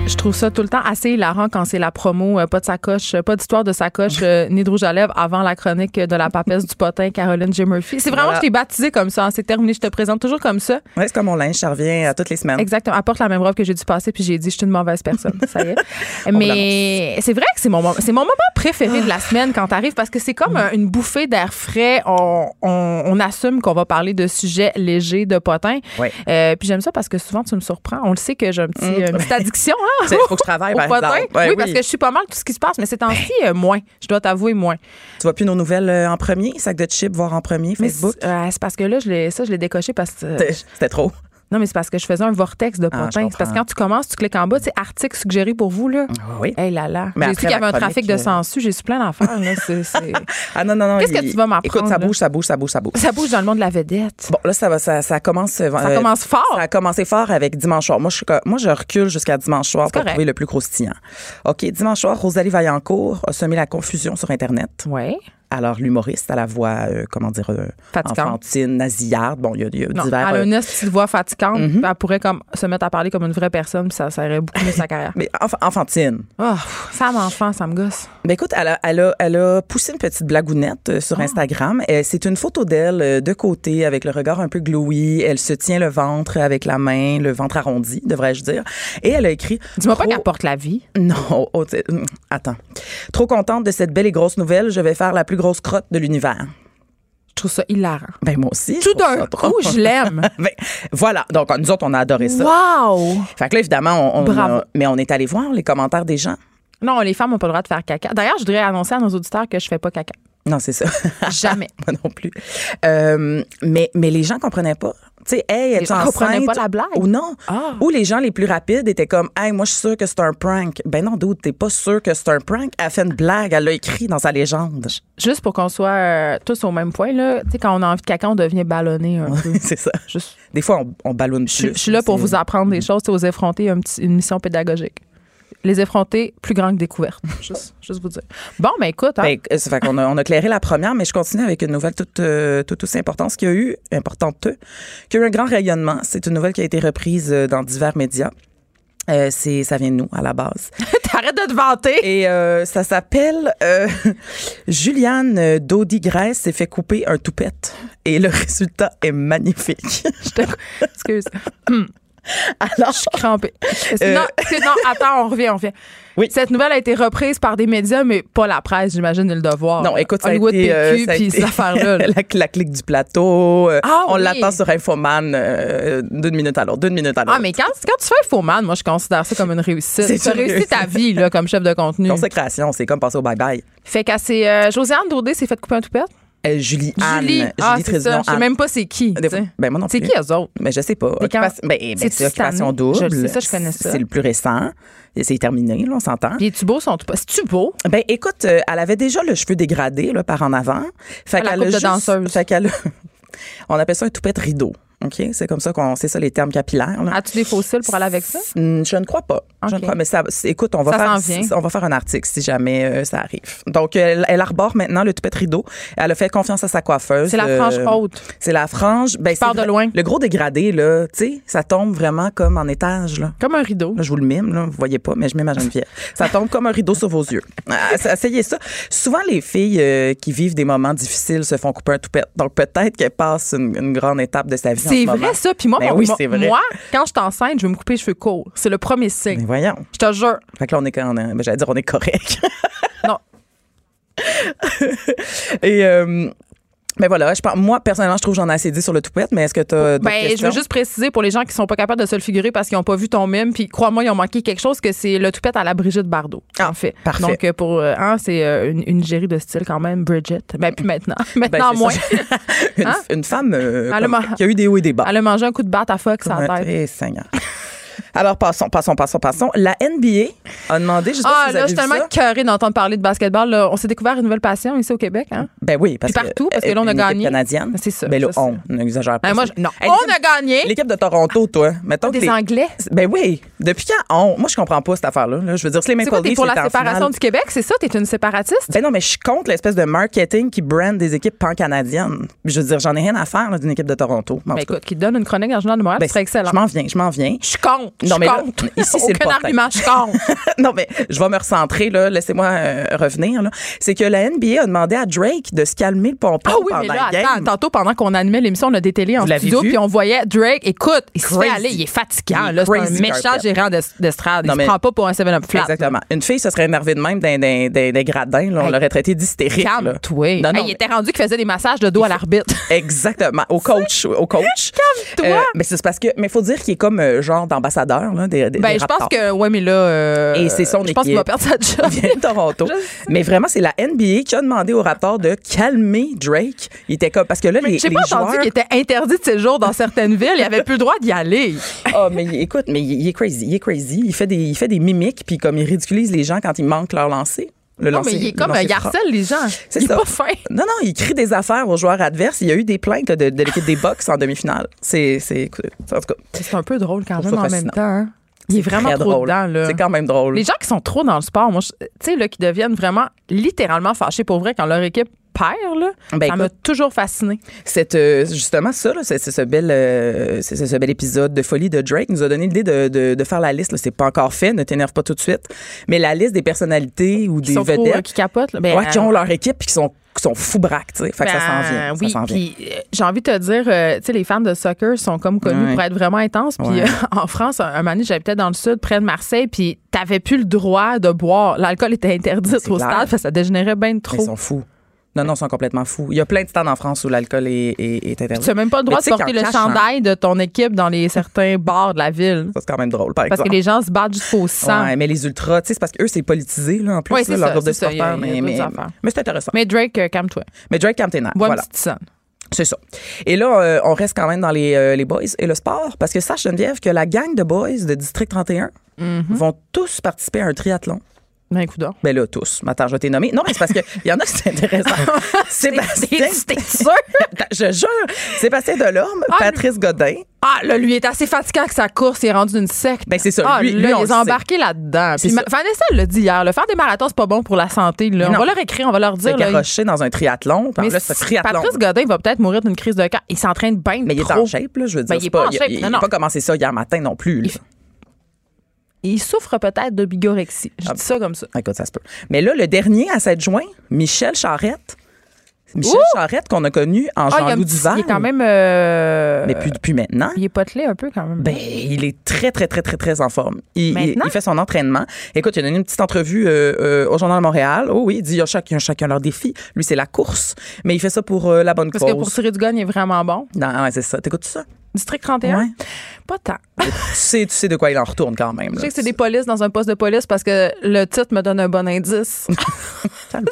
S2: Je trouve ça tout le temps assez hilarant quand c'est la promo, euh, pas de sacoche, euh, pas d'histoire de sacoche, euh, ni de rouge à lèvres avant la chronique de la papesse du potin Caroline J. Murphy. C'est vraiment,
S6: Voilà.
S2: je t'ai baptisé comme ça, hein, c'est terminé, je te présente toujours comme ça.
S6: Ouais, c'est comme mon linge, ça revient euh, toutes les semaines.
S2: Exactement, apporte la même robe que j'ai dû passer, puis j'ai dit, je suis une mauvaise personne, ça y est. Mais c'est vrai que c'est mon, mom- c'est mon moment préféré de la semaine quand t'arrives, parce que c'est
S6: Mm.
S2: comme un- une bouffée d'air frais, on, on- on assume qu'on va parler de sujets légers, de potins.
S6: Ouais. Mm.
S2: Euh, puis j'aime ça parce que souvent, tu me surprends. On le sait que j'ai un petit, une petite addiction, hein?
S6: C'est- faut que je travaille,
S2: au
S6: par
S2: potin.
S6: exemple. Ouais,
S2: oui,
S6: oui. Ben.
S2: parce que je suis pas mal tout ce qui se passe, mais ces temps-ci, euh, moins. Je dois t'avouer, moins.
S6: Tu vois plus nos nouvelles euh, en premier, sac de chips, voir en premier,
S2: Mais
S6: Facebook.
S2: c'est euh, c'est parce que là, je l'ai- ça, je l'ai décoché parce que. euh,
S6: C'était c'était trop.
S2: non, mais c'est parce que je faisais un vortex de
S6: Ah, je
S2: potin. c'est parce que
S6: comprends. Ah
S2: quand tu commences, tu cliques en bas, tu sais, article suggéré pour vous, là.
S6: oui.
S2: Hey là là.
S6: Mais
S2: J'ai su
S6: après
S2: qu'il y
S6: la
S2: avait un trafic
S6: chronique,
S2: de
S6: euh,
S2: sangsues. J'ai su plein d'affaires, là. C'est- c'est-
S6: Ah non, non, non.
S2: Qu'est-ce que
S6: il-
S2: tu vas m'apprendre,
S6: Écoute, ça
S2: là?
S6: bouge, ça bouge, ça bouge, ça bouge.
S2: ça bouge dans le monde de la vedette.
S6: Bon, là, ça, va, ça, ça commence. Ça
S2: commence fort.
S6: Euh, Ça a commencé fort avec dimanche soir. Moi, je, suis co- moi, je recule jusqu'à dimanche soir pour
S2: correct.
S6: trouver le plus croustillant. OK, dimanche soir, Rosalie Vaillancourt a semé la confusion sur Internet.
S2: Oui.
S6: Alors, l'humoriste à la voix, euh, comment dire, euh,
S2: Fatigante.
S6: enfantine, nasillarde. Bon, il y a, il y a
S2: Non,
S6: divers. Mm-hmm.
S2: elle a
S6: euh,
S2: une petite voix fatigante. puis Elle pourrait comme se mettre à parler comme une vraie personne, puis ça serait beaucoup mieux sa carrière.
S6: mais enf- enfantine.
S2: Oh, pff, ça m'enfant, ça me gosse.
S6: Ben écoute, elle a, elle, a, elle a poussé une petite blagounette euh,
S2: Ah.
S6: sur Instagram. Euh, C'est une photo d'elle euh, de côté avec le regard un peu glowy. Elle se tient le ventre avec la main, le ventre arrondi, devrais-je dire. Et elle a écrit...
S2: Dis-moi pas
S6: Trop-
S2: qu'elle porte la vie.
S6: Non, oh, t'sais, hum, attends. Trop contente de cette belle et grosse nouvelle, je vais faire la plus grosse crotte de l'univers.
S2: Je trouve ça hilarant.
S6: Ben moi aussi. je
S2: Tout
S6: trouve
S2: d'un
S6: ça drôle.
S2: coup, je l'aime.
S6: Ben, voilà, donc nous autres, on a adoré ça.
S2: Wow!
S6: Fait que là, évidemment, on, on-
S2: Bravo.
S6: mais on est allé voir les commentaires des gens.
S2: Non, les femmes n'ont pas le droit de faire caca. D'ailleurs, je voudrais annoncer à nos auditeurs que je fais pas caca.
S6: Non, c'est ça.
S2: Jamais.
S6: Moi non plus. Euh, mais, mais les gens comprenaient pas. Tu sais, hey, es-tu
S2: gens comprenaient
S6: enceinte
S2: pas la blague.
S6: Ou non.
S2: Ah.
S6: Ou les gens les plus rapides étaient comme, hey, moi, je suis sûre que c'est un prank. Ben non, doute, t'es pas sûr que c'est un prank. Elle fait une blague, elle l'a écrit dans sa légende.
S2: Juste pour qu'on soit euh, tous au même point, là. Tu sais, quand on a envie de caca, on devient ballonné un peu.
S6: c'est ça.
S2: Juste.
S6: Des fois, on, on ballonne
S2: Mm. Je,
S6: plus.
S2: je suis là pour
S6: C'est-
S2: vous apprendre des choses, tu sais, aux effrontés, un petit- une mission pédagogique. Les effrontés, plus grand que découverte. Juste, juste vous dire. Bon, ben écoute, hein,
S6: Fait que, euh, ça fait qu'on a, on a clairé la première, mais je continue avec une nouvelle toute, euh, tout aussi importante, qui a eu, importante, qui a eu un grand rayonnement. C'est une nouvelle qui a été reprise euh, dans divers médias. Euh, c'est, ça vient de nous, à la base.
S2: t'arrêtes de te vanter.
S6: Et euh, ça s'appelle euh, Juliane Dodi Grèce s'est fait couper un toupette. Et le résultat est magnifique.
S2: Je te- Excuse.
S6: Alors,
S2: Crampé. Est-ce que-
S6: Euh.
S2: Non, c'est- non, attends, on revient, on revient.
S6: Oui.
S2: Cette nouvelle a été reprise par des médias, mais pas la presse, j'imagine, et le devoir.
S6: non, écoute, ça a
S2: Hollywood
S6: été, euh,
S2: PQ,
S6: ça a
S2: puis
S6: été
S2: cette affaire-là. là.
S6: la, la clique du plateau. euh,
S2: Ah,
S6: on
S2: oui.
S6: l'attend sur Infoman euh, d'une minute à l'autre, d'une minute à l'autre.
S2: Ah, mais quand, quand tu fais Infoman, moi, je considère ça comme une réussite.
S6: C'est
S2: Tu as
S6: une
S2: réussi
S6: réussite.
S2: ta vie là, comme chef de contenu.
S6: Consécration, c'est comme passer au bye-bye.
S2: Fait qu'à ces, euh, Josiane Daudé s'est fait couper un toupette.
S6: Euh, Julie Anne.
S2: Julie, ah, c'est ça.
S6: Trésidon,
S2: Je sais
S6: Anne.
S2: même pas c'est qui.
S6: Des
S2: tu
S6: fois-
S2: sais.
S6: ben, moi non
S2: C'est
S6: plus.
S2: qui eux autres?
S6: Mais je sais pas.
S2: C'est quand-
S6: Occupation- ben, ben,
S2: C'est-tu
S6: c'est occupation
S2: cette année?
S6: double.
S2: Je le sais, ça, je connais ça.
S6: C'est le plus récent. Et C'est terminé, là, on s'entend.
S2: Puis tu beau son toupette? C'est-tu beau?
S6: Ben écoute, euh, elle avait déjà le cheveu dégradé là, par en avant. Fait
S2: À la
S6: qu'elle
S2: coupe
S6: a
S2: de danseuse.
S6: Fait qu'elle a- on appelle ça un toupette rideau. OK? C'est comme ça qu'on. C'est ça les termes capillaires. là.
S2: As-tu des fossiles pour aller Ah, avec ça?
S6: Hmm, Je ne crois pas. Je
S2: OK.
S6: ne crois, mais ça, c'est- écoute, on va,
S2: Ça
S6: faire,
S2: s'en vient.
S6: on va faire un article si jamais euh, ça arrive. Donc, elle, elle arbore maintenant le toupette rideau. Elle a fait confiance à sa coiffeuse. euh,
S2: C'est la frange haute.
S6: C'est la frange. Ben,
S2: pars
S6: c'est
S2: de
S6: vrai-
S2: loin.
S6: Le gros dégradé, là, tu sais, ça tombe vraiment comme en étage, là.
S2: Comme un rideau.
S6: Là, je vous le mime, là, vous voyez pas, mais je mime à Geneviève. Ça tombe comme un rideau sur vos yeux. Ah, essa- Essayez ça. Souvent, les filles euh, qui vivent des moments difficiles se font couper un toupette. Donc, peut-être qu'elles passent une, une grande étape de sa vie. en
S2: C'est
S6: ce moment.
S2: vrai, ça. Puis moi,
S6: Ben
S2: mon-
S6: oui,
S2: mon-
S6: c'est vrai. Ben
S2: moi, quand je suis enceinte, je vais me couper les cheveux courts. C'est le premier signe.
S6: Mais voyons.
S2: Je te jure.
S6: Fait que là, on est, quand- on est- ben, j'allais dire, on est correct.
S2: Non.
S6: Et, euh, ben voilà, je pense, moi, personnellement, je trouve que j'en ai assez dit sur le toupette, mais est-ce que tu as.
S2: Ben, je veux juste préciser pour les gens qui sont pas capables de se le figurer parce qu'ils ont pas vu ton mime, puis crois-moi, ils ont manqué quelque chose que c'est le toupette à la Brigitte Bardot.
S6: Ah,
S2: en fait.
S6: parfait.
S2: Donc euh, pour euh, hein, c'est euh, une, une gérie de style quand même, Bridget. Ben puis maintenant, maintenant moins.
S6: une,
S2: Hein?
S6: une femme euh,
S2: Elle a
S6: comme-
S2: ma-
S6: qui a eu des hauts et des bas.
S2: Elle a mangé un coup de batte à Fox à la
S6: Ouais,
S2: tête.
S6: eh, Seigneur. Alors, passons, passons, passons, passons. La NBA a demandé, je sais pas
S2: Ah
S6: si vous
S2: là,
S6: avez
S2: je suis
S6: vu
S2: tellement
S6: ça.
S2: curée d'entendre parler de basketball. là. On s'est découvert une nouvelle passion ici au Québec. Hein?
S6: Ben oui, parce
S2: Puis partout, parce que là, on a
S6: euh, une équipe
S2: gagné.
S6: canadienne.
S2: C'est ça,
S6: Ben là,
S2: ça,
S6: on n'exagère pas.
S2: Ben, moi,
S6: ça.
S2: je- non.
S6: Hey,
S2: on a
S6: l'équipe-
S2: gagné.
S6: L'équipe de Toronto, toi, mettons que
S2: Des
S6: les-
S2: Anglais.
S6: Ben oui. Depuis quand on... Moi, je comprends pas cette affaire-là. là. Je veux dire, c'est les
S2: C'est
S6: Maple
S2: quoi, t'es
S6: Leafs
S2: pour la
S6: étaient en
S2: séparation
S6: finale.
S2: du Québec, c'est ça? T'es une séparatiste?
S6: Ben non, mais je compte l'espèce de marketing qui brand des équipes pan-canadiennes. Je veux dire, j'en ai rien à faire là, d'une équipe de Toronto. Mais en
S2: Ben
S6: tout cas,
S2: écoute, qui te donne une chronique dans le Journal de Montréal,
S6: ben,
S2: ce serait excellent.
S6: Je m'en viens, je m'en viens.
S2: Je compte.
S6: Non,
S2: je
S6: mais là,
S2: compte.
S6: ici, c'est le
S2: Aucun
S6: portail.
S2: argument, je compte.
S6: non, mais je vais me recentrer, là. Laissez-moi euh, revenir, là. C'est que la NBA a demandé à Drake de se calmer le pompon
S2: Ah oui,
S6: pendant
S2: mais là,
S6: la game.
S2: attends, tantôt, pendant qu'on animait l'émission, on a des télés en
S6: Vous l'avez
S2: studio,
S6: vu?
S2: puis on voyait Drake. Écoute, il se fait
S6: Crazy.
S2: aller, il est fatigant,
S6: Il est
S2: là. C'est un
S6: crazy
S2: méchant
S6: carpet.
S2: gérant d'es- d'estrade. Il
S6: Non,
S2: se
S6: mais-
S2: prend pas pour un 7-Up flat.
S6: Exactement. Une fille se serait énervée de même d'un d'un- d'un- d'un gradin, là. On
S2: Hey,
S6: l'aurait traité d'hystérique, là.
S2: Calme-toi.
S6: Non, non,
S2: Hey, Il
S6: mais-
S2: était rendu qu'il faisait des massages de dos à l'arbitre.
S6: Exactement. Au coach. Au coach. Euh,
S2: Calme-toi.
S6: mais c'est parce que. Mais faut dire qu'il est comme euh, genre d'ambassadeur, là. Des, des-
S2: Ben,
S6: des
S2: je pense
S6: Raptors.
S2: que, ouais, mais là. euh,
S6: Et c'est son
S2: Je pense qu'il
S6: équipe.
S2: va perdre sa job.
S6: vient de Toronto. Mais vraiment, c'est la NBA qui a demandé au Raptor de calmer Drake. Il était comme parce que là les,
S2: J'ai
S6: les
S2: pas
S6: joueurs.
S2: entendu qu'il était interdit de séjour dans certaines villes. Il avait plus le droit d'y aller.
S6: Ah, mais il- écoute, mais il il est crazy, il est crazy. Il fait des, il fait des mimiques puis comme il ridiculise les gens quand il manque leur lancer. Le
S2: Non,
S6: lancer,
S2: mais il est
S6: le
S2: comme un
S6: lancer franc.
S2: harcèle, les gens.
S6: C'est
S2: Il est
S6: ça.
S2: pas fin.
S6: Non, non, il crie des affaires aux joueurs adverses. Il y a eu des plaintes là, de, de l'équipe des Bucks en demi-finale. C'est, c'est, écoute, en tout cas,
S2: C'est un peu drôle quand
S6: trouve
S2: même en
S6: ça
S2: même
S6: fascinant.
S2: temps. hein. Il est vraiment
S6: très
S2: trop
S6: drôle.
S2: dedans, là.
S6: C'est quand même drôle.
S2: Les gens qui sont trop dans le sport, moi, je- tu sais, là, qui deviennent vraiment littéralement fâchés pour vrai quand leur équipe perd, là,
S6: Ben,
S2: ça m'a toujours fasciné.
S6: Cette, euh, justement, ça, là, c'est, c'est ce bel, euh, c'est, c'est ce bel épisode de folie de Drake nous a donné l'idée de, de, de faire la liste. Là. C'est pas encore fait, ne t'énerve pas tout de suite. Mais la liste des personnalités ou
S2: Qui
S6: des
S2: sont trop,
S6: vedettes
S2: euh, qui capotent. là. Ben,
S6: ouais, qui
S2: euh, ben,
S6: ont leur équipe et qui sont, qui sont fous braques. tu sais. Fait que ça s'en vient.
S2: oui,
S6: ça s'en vient.
S2: puis euh, j'ai envie de te dire, euh, tu sais, les fans de soccer sont comme connus
S6: Ouais.
S2: pour être vraiment intenses. Puis
S6: Ouais.
S2: euh, en France, un, un moment donné, j'habitais dans le sud, près de Marseille, puis t'avais plus le droit de boire. L'alcool était interdit
S6: C'est
S2: au
S6: clair.
S2: stade, fait que ça dégénérait bien
S6: Mais Ils
S2: trop.
S6: sont fous. Non, non, ils sont complètement fous. Il y a plein de stands en France où l'alcool est, est, est interdit.
S2: Tu n'as même pas le droit
S6: Mais
S2: de
S6: tu sais,
S2: porter
S6: qu'en
S2: le
S6: clashant-
S2: chandail de ton équipe dans les certains bars de la ville.
S6: Ça, c'est quand même drôle, par
S2: Parce que
S6: exemple.
S2: les gens se battent jusqu'au sang.
S6: Ouais, mais les ultras, tu sais, c'est parce qu'eux, c'est politisé, là, en plus,
S2: Ouais,
S6: là,
S2: c'est
S6: leur
S2: ça,
S6: groupe de
S2: c'est ça. Il y a-
S6: supporters.
S2: il y a
S6: Mais, mais,
S2: d'autres affaires.
S6: mais c'est intéressant. Mais,
S2: Mais Drake, euh, calme-toi.
S6: Drake Camptena,
S2: Bois
S6: voilà.
S2: une petite sonne.
S6: C'est ça. Et là, euh, on reste quand même dans les, euh, les boys et le sport, parce que sache, Geneviève, que la gang de boys de District 31
S2: Mhm.
S6: vont tous participer à un triathlon.
S2: Ben, coup d'or.
S6: Ben là, tous. Mais Attends, je vais t'y nommer. Non, mais c'est parce qu'il y en a qui c'est intéressant. Sébastien.
S2: T'es sûr?
S6: Attends, je jure. Sébastien Delorme,
S2: Ah,
S6: Patrice Godin.
S2: Ah, là, lui, il est assez fatigué avec sa course. Il est rendu une secte.
S6: Ben, c'est ça.
S2: Ah,
S6: Lui-
S2: là,
S6: lui, on
S2: il est
S6: le
S2: embarqué là-dedans.
S6: C'est
S2: Puis ma-
S6: ça.
S2: Vanessa l'a dit hier. Le faire des marathons, c'est pas bon pour la santé. Là.
S6: Mais
S2: On va
S6: non.
S2: leur écrire, on va leur
S6: Fait
S2: dire. là, il-
S6: garoché dans un triathlon. Puis en
S2: mais
S6: là, ce
S2: si-
S6: triathlon.
S2: Patrice Godin va peut-être mourir d'une crise de cœur. Il s'entraîne bien
S6: Mais il est
S2: trop.
S6: en shape, là, je veux dire.
S2: Ben, il
S6: c'est
S2: est pas en
S6: il-
S2: shape,
S6: Il
S2: non,
S6: n'a
S2: non.
S6: pas commencé ça hier matin non plus. là.
S2: Il- Il souffre peut-être de
S6: Ah.
S2: bigorexie. Je dis ça comme ça.
S6: Écoute, ça se peut. Mais là, le dernier à 7 juin, Michel Charrette, C'est Michel Charette qu'on a connu
S2: Ah,
S6: en
S2: il, y a un
S6: Jean-Loup
S2: petit-
S6: Duval.
S2: il est quand même. euh,
S6: Mais plus depuis maintenant.
S2: Il est potelé un peu quand même.
S6: Ben, il est très, très, très, très, très en forme. Il, il,
S2: Maintenant?
S6: il fait son entraînement. Écoute, il a donné une petite entrevue euh, euh, au Journal de Montréal. Oh oui, il dit, il y a chacun, chacun leur défi. Lui, c'est la course. Mais il fait ça pour euh, la bonne
S2: Parce
S6: cause.
S2: que pour tirer du gun, il est vraiment bon.
S6: Non, ouais, c'est ça. T'écoutes ça?
S2: District 31?
S6: Ouais.
S2: Pas tant.
S6: tu, sais, tu sais de quoi il en retourne quand même.
S2: Je sais que c'est des polices dans un poste de police parce que le titre me donne un bon indice.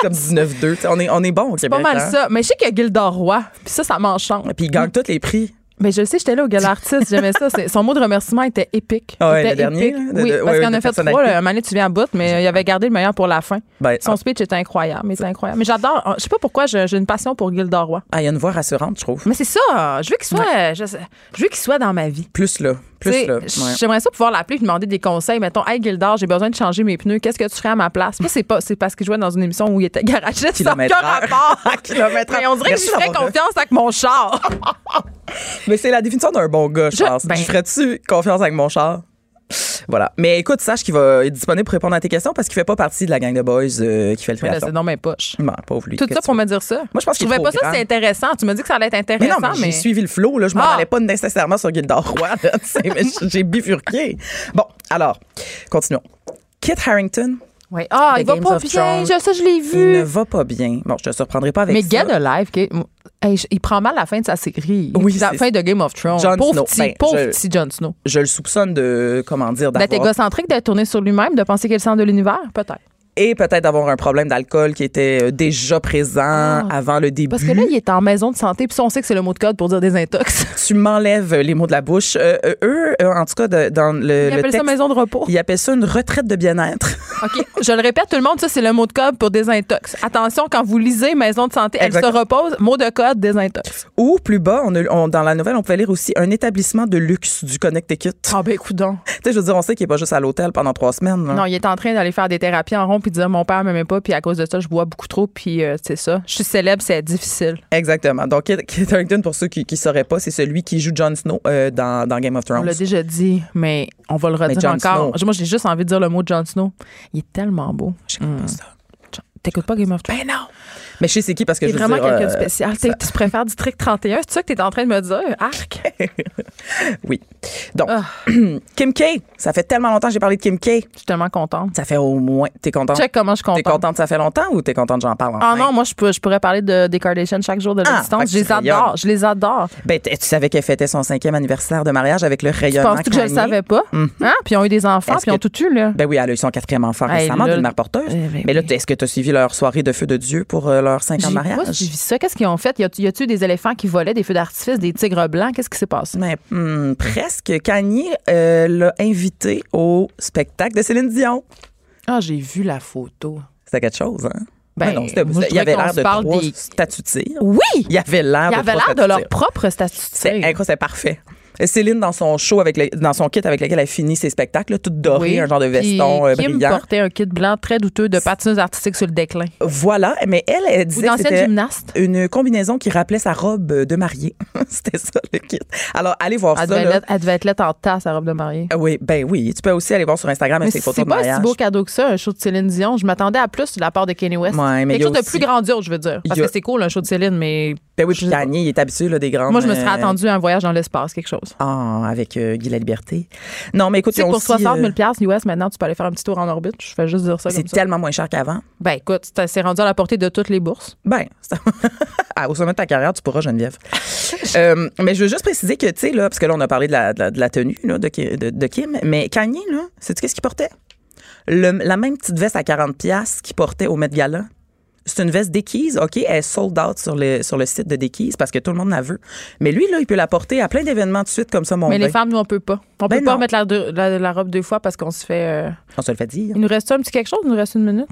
S6: Comme 19-2. Tu sais, On est, on est bon au Québec.
S2: Pas mal
S6: hein?
S2: ça. Mais je sais qu'il y a Gildor Roy. Puis ça, ça m'enchante.
S6: Puis il gagne tous les prix.
S2: Mais je le sais, j'étais là au Gala Artiste, j'aimais ça. C'est- Son mot de remerciement était épique.
S6: Ah ouais,
S2: C'était
S6: le dernier,
S2: épique.
S6: là, de-
S2: oui,
S6: de-
S2: parce
S6: ouais,
S2: qu'il en
S6: de
S2: a fait
S6: personnalité.
S2: trois. Là, un moment donné, tu viens à bout, mais euh, il avait gardé le meilleur pour la fin.
S6: Ben,
S2: Son
S6: ah.
S2: speech était incroyable, mais c'est incroyable. Mais j'adore. euh, Je sais pas pourquoi, je- j'ai une passion pour Gilda Roy.
S6: Ah, il y a une voix rassurante, je trouve.
S2: Mais c'est ça. Je veux qu'il soit, euh, je, sais- je veux qu'il soit dans ma vie.
S6: Plus là. Plus
S2: Tu sais,
S6: là. ouais.
S2: J'aimerais ça pouvoir l'appeler et lui demander des conseils. Mettons, Hey Gildor, j'ai besoin de changer mes pneus. Qu'est-ce que tu ferais à ma place? Moi, c'est pas, c'est parce qu'il jouait dans une émission où il était garagiste. ça a
S6: Kilomètre
S2: aucun
S6: heure.
S2: rapport.
S6: Kilomètre heure.
S2: Mais on dirait que
S6: Merci
S2: je ferais
S6: d'avoir-
S2: confiance avec mon char.
S6: Mais c'est la définition d'un bon gars, je,
S2: Je-
S6: pense.
S2: ben-
S6: Je ferais-tu confiance avec mon char? Voilà. Mais écoute, sache qu'il va il est disponible pour répondre à tes questions parce qu'il fait pas partie de la gang de boys euh, qui fait le
S2: Mais là,
S6: triathlon.
S2: ben, c'est dans mes poches.
S6: Non, pauvre lui.
S2: Tout ça
S6: Qu'est-ce
S2: pour
S6: que
S2: me
S6: tu
S2: dire ça.
S6: Moi, je pense
S2: Je
S6: qu'il
S2: trouvais
S6: est
S2: pas
S6: trop
S2: ça c'est intéressant. Tu m'as dit que ça allait être
S6: veux? Mais
S2: intéressant,
S6: non, mais
S2: mais.
S6: j'ai suivi le flow. Là. Je m'en
S2: Ah!
S6: allais pas nécessairement sur Gildor Roy. là, tu sais, mais j'ai- j'ai bifurqué. Bon, alors, continuons. Kit Harrington,
S2: Ouais. Ah,
S6: The
S2: il va
S6: Games
S2: pas
S6: of
S2: bien.
S6: Thrones.
S2: Je- ça, je l'ai
S6: il ne
S2: vu.
S6: va pas bien. Bon, je te surprendrai pas avec
S2: Mais
S6: ça.
S2: Get Alive, qui est- hey, je- il prend mal la fin de sa série.
S6: Oui,
S2: la
S6: c'est-
S2: fin de Game of Thrones.
S6: Jon
S2: pauvre
S6: Snow.
S2: petit,
S6: Ben,
S2: pauvre
S6: je-
S2: petit Jon Snow.
S6: Je le soupçonne de, comment dire,
S2: D'être
S6: d'avoir...
S2: égocentrique, d'être tourné sur lui-même, de penser qu'il est le centre de l'univers, peut-être.
S6: Et peut-être d'avoir un problème d'alcool qui était euh, déjà présent avant le début.
S2: Ah. Parce que là, il est en maison de santé, puis ça, on sait que c'est le mot de code pour dire des intox.
S6: tu m'enlèves les mots de la bouche. Euh, euh, eux, euh, en tout cas, de- dans le,
S2: Ils
S6: le
S2: appellent
S6: texte,
S2: ça maison de repos.
S6: ils appellent ça une retraite de bien-être.
S2: OK. Je le répète, tout le monde, ça, c'est le mot de code pour désintox. Attention, quand vous lisez maison de santé, elle se
S6: Exact.
S2: repose, mot de code, désintox.
S6: Ou plus bas, on a- on- dans la nouvelle, on pouvait lire aussi un établissement de luxe du Connecticut.
S2: Ah, ben, coudon.
S6: Tu sais, je veux dire, on sait qu'il est pas juste à l'hôtel pendant trois semaines. là.
S2: Non, il est en train d'aller faire des thérapies en rond puis de dire mon père m'aimait pas puis à cause de ça je bois beaucoup trop puis euh, c'est ça. Je suis célèbre, c'est difficile.
S6: Exactement. Donc, Kit Kit Harington, pour ceux qui ne sauraient pas, c'est celui qui joue Jon Snow euh, dans, dans Game of
S2: On
S6: Thrones.
S2: l'a déjà dit, mais on va le redire
S6: Jon
S2: encore.
S6: Snow.
S2: Moi, j'ai juste envie de dire le mot de Jon Snow. Il est tellement beau.
S6: Je sais pas ça.
S2: Jon- T'écoutes pas Game of Thrones? Ben non!
S6: Mais je sais c'est qui parce que
S2: T'es
S6: je veux
S2: vraiment
S6: dire,
S2: quelqu'un de
S6: euh,
S2: spécial. T'es- Tu préfères District 31? C'est ça que t'es en train de me dire? Arc?
S6: euh, Oui. Donc,
S2: Ah.
S6: Kim K. Ça fait tellement longtemps que j'ai parlé de Kim K.
S2: Je suis tellement contente.
S6: Ça fait au moins. T'es contente?
S2: Check comment je suis
S6: T'es
S2: contente.
S6: contente, ça fait longtemps ou t'es contente, j'en parle
S2: Ah
S6: enfin?
S2: non, moi, je, peux- je pourrais parler de, des Kardashians chaque jour de
S6: Ah,
S2: l'existence.
S6: fait que
S2: je les
S6: tu
S2: adore.
S6: rayonnes.
S2: Je les adore.
S6: Ben, t- tu savais qu'elle fêtait son cinquième anniversaire de mariage avec le
S2: Tu
S6: rayonnement.
S2: penses que je le
S6: Kanye.
S2: savais pas? Hein? Puis ils ont eu des enfants,
S6: Mm. Est-ce
S2: puis ils ont
S6: que-
S2: tout eu, là.
S6: Ben oui, elle a eu son quatrième enfant
S2: Hey,
S6: récemment
S2: là,
S6: d'une mère porteuse.
S2: eh ben
S6: Mais là,
S2: oui.
S6: t- est-ce que tu as suivi leur soirée de feu de Dieu pour euh, leur cinq ans de
S2: J'ai
S6: mariage?
S2: pas suivi ça. Qu'est-ce qu'ils ont fait? Y a- Y a-tu des éléphants qui volaient, des feux d'artifice, des tigres blancs? Qu'est-ce qui s'est passé?
S6: Mais, hmm, presque. Kanye euh, l'a invité au spectacle de Céline Dion.
S2: Ah, j'ai vu la photo.
S6: C'était quelque chose, hein?
S2: Ben,
S6: Mais non, c'était-
S2: moi, je
S6: il y avait
S2: trouvais qu'on
S6: l'air
S2: se
S6: de
S2: parle
S6: trois
S2: des-
S6: statues de tir.
S2: Oui!
S6: Il y avait l'air
S2: Il y
S6: de
S2: avait
S6: trois
S2: l'air de
S6: statues
S2: leur
S6: tir.
S2: propre statut.
S6: C'est incroyable, c'est parfait. Et Céline, dans son show, avec le- dans son kit avec lequel elle finit ses spectacles, là, toute dorée, un genre de veston euh,
S2: Puis Kim
S6: brillant.
S2: portait un kit blanc très douteux de patineuse artistique sur le déclin.
S6: Voilà, mais elle, elle
S2: Ou
S6: disait que
S2: d'ancienne
S6: c'était
S2: gymnaste.
S6: une combinaison qui rappelait sa robe euh, de mariée. C'était ça le kit. Alors, allez voir
S2: Elle
S6: ça.
S2: devait,
S6: là.
S2: l'être- elle devait être là en tasse, sa robe de mariée.
S6: Ah Oui, ben oui. Tu peux aussi aller voir sur Instagram
S2: Mais
S6: avec ses
S2: c'est
S6: photos de
S2: pas un si
S6: mariage.
S2: beau cadeau que ça, un show de Céline Dion. Je m'attendais à plus de la part de Kenny West.
S6: Ouais, mais il y
S2: Quelque
S6: a
S2: chose de
S6: aussi-
S2: plus grandiose, je veux dire. Parce
S6: Il y a-
S2: que c'est cool, un show de Céline, mais
S6: Ben oui,
S2: Je
S6: puis
S2: sais pas.
S6: Kanye, il est habitué là, des grandes.
S2: moi, je me serais
S6: euh,
S2: attendue à un voyage dans l'espace, quelque chose.
S6: Ah, avec euh, Guy La Liberté. Non, mais écoute,
S2: Tu
S6: ils
S2: sais,
S6: ont
S2: pour
S6: aussi,
S2: 60
S6: euh,
S2: 000 US, maintenant, tu peux aller faire un petit tour en orbite. Je fais juste dire ça
S6: c'est
S2: comme ça.
S6: tellement moins cher qu'avant.
S2: Ben écoute, c'est- c'est rendu à la portée de toutes les bourses.
S6: Ben, ça- Ah, au sommet de ta carrière, tu pourras, Geneviève. Euh, mais je veux juste préciser que, tu sais, là, parce que là, on a parlé de la, de la- de la tenue là, de, Ki- de- de Kim, mais Kanye, là, sais-tu qu'est-ce qu'il portait? Le- la même petite veste à 40$ qu'il portait au Met Gala. C'est une veste Dickies, OK? Elle est sold out sur le, sur le site de Dickies parce que tout le monde la veut. Mais lui, là, il peut la porter à plein d'événements de suite comme ça, mon
S2: mais les
S6: bain.
S2: femmes, nous, on peut pas. On
S6: Ben
S2: peut pas
S6: non.
S2: mettre la, deux- la- la robe deux fois parce qu'on se fait. euh,
S6: On se le fait dire.
S2: Il nous reste un petit quelque chose? Il nous reste une minute?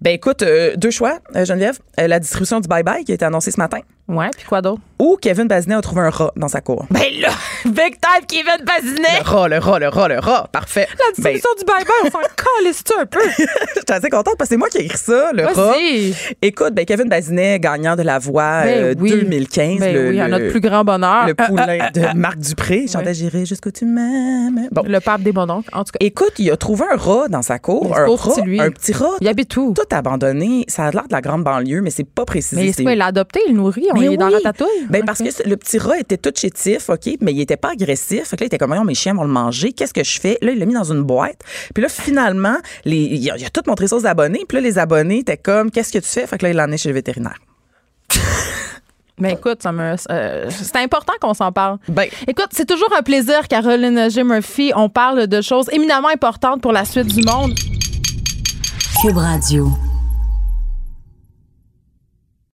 S6: Ben écoute, euh, deux choix, euh, Geneviève. Euh, la distribution du Bye Bye qui a été annoncée ce matin.
S2: Ouais, puis quoi d'autre?
S6: Ou Kevin Bazinet a trouvé un rat dans sa cour.
S3: Ben là, big time Kevin Bazinet!
S6: Le rat, le rat, le rat, le rat. Parfait.
S2: La distribution
S6: Ben.
S2: du bye-bye, on s'en calisse-tu un peu?
S6: Je suis assez contente parce que c'est moi qui ai écrit ça, le rat.
S2: Ben, Vas-y!
S6: Écoute, ben Kevin Bazinet, gagnant de la voix
S2: Ben
S6: euh,
S2: oui.
S6: 2015.
S2: Ben
S6: le,
S2: oui, à
S6: le-
S2: notre plus grand bonheur.
S6: le poulain de Marc Dupré. Chantais,
S2: Ouais.
S6: j'irai jusqu'où tu m'aimes. Bon.
S2: Le pape des mononcles, en tout cas.
S6: Écoute, il a trouvé un rat dans sa cour.
S2: Mais
S6: Un,
S2: c'est pauvre
S6: rat,
S2: petit lui.
S6: un petit rat.
S2: Il habite où?
S6: Tout abandonné. Ça a l'air de la grande banlieue, mais c'est pas précisé.
S2: Mais
S6: c'est
S2: c'est quoi, il l'a adopté, il le nourrit, on
S6: Mais
S2: est dans
S6: oui.
S2: la tatouille?
S6: Ben, parce que ce- le petit rat était tout chétif, OK, mais il était pas agressif. Fait que là, il était comme, voyons, mes chiens vont le manger. Qu'est-ce que je fais? Là, il l'a mis dans une boîte. Puis là, finalement, les, il, a, il a tout montré ça aux abonnés. Puis là, les abonnés étaient comme, qu'est-ce que tu fais? Fait que là, il l'a emmené chez le vétérinaire.
S2: Ben écoute, ça me, euh, c'est important qu'on s'en parle.
S6: Ben.
S2: Écoute, c'est toujours un plaisir, Caroline G. Murphy. On parle de choses éminemment importantes pour la suite du monde.
S4: Cube Radio.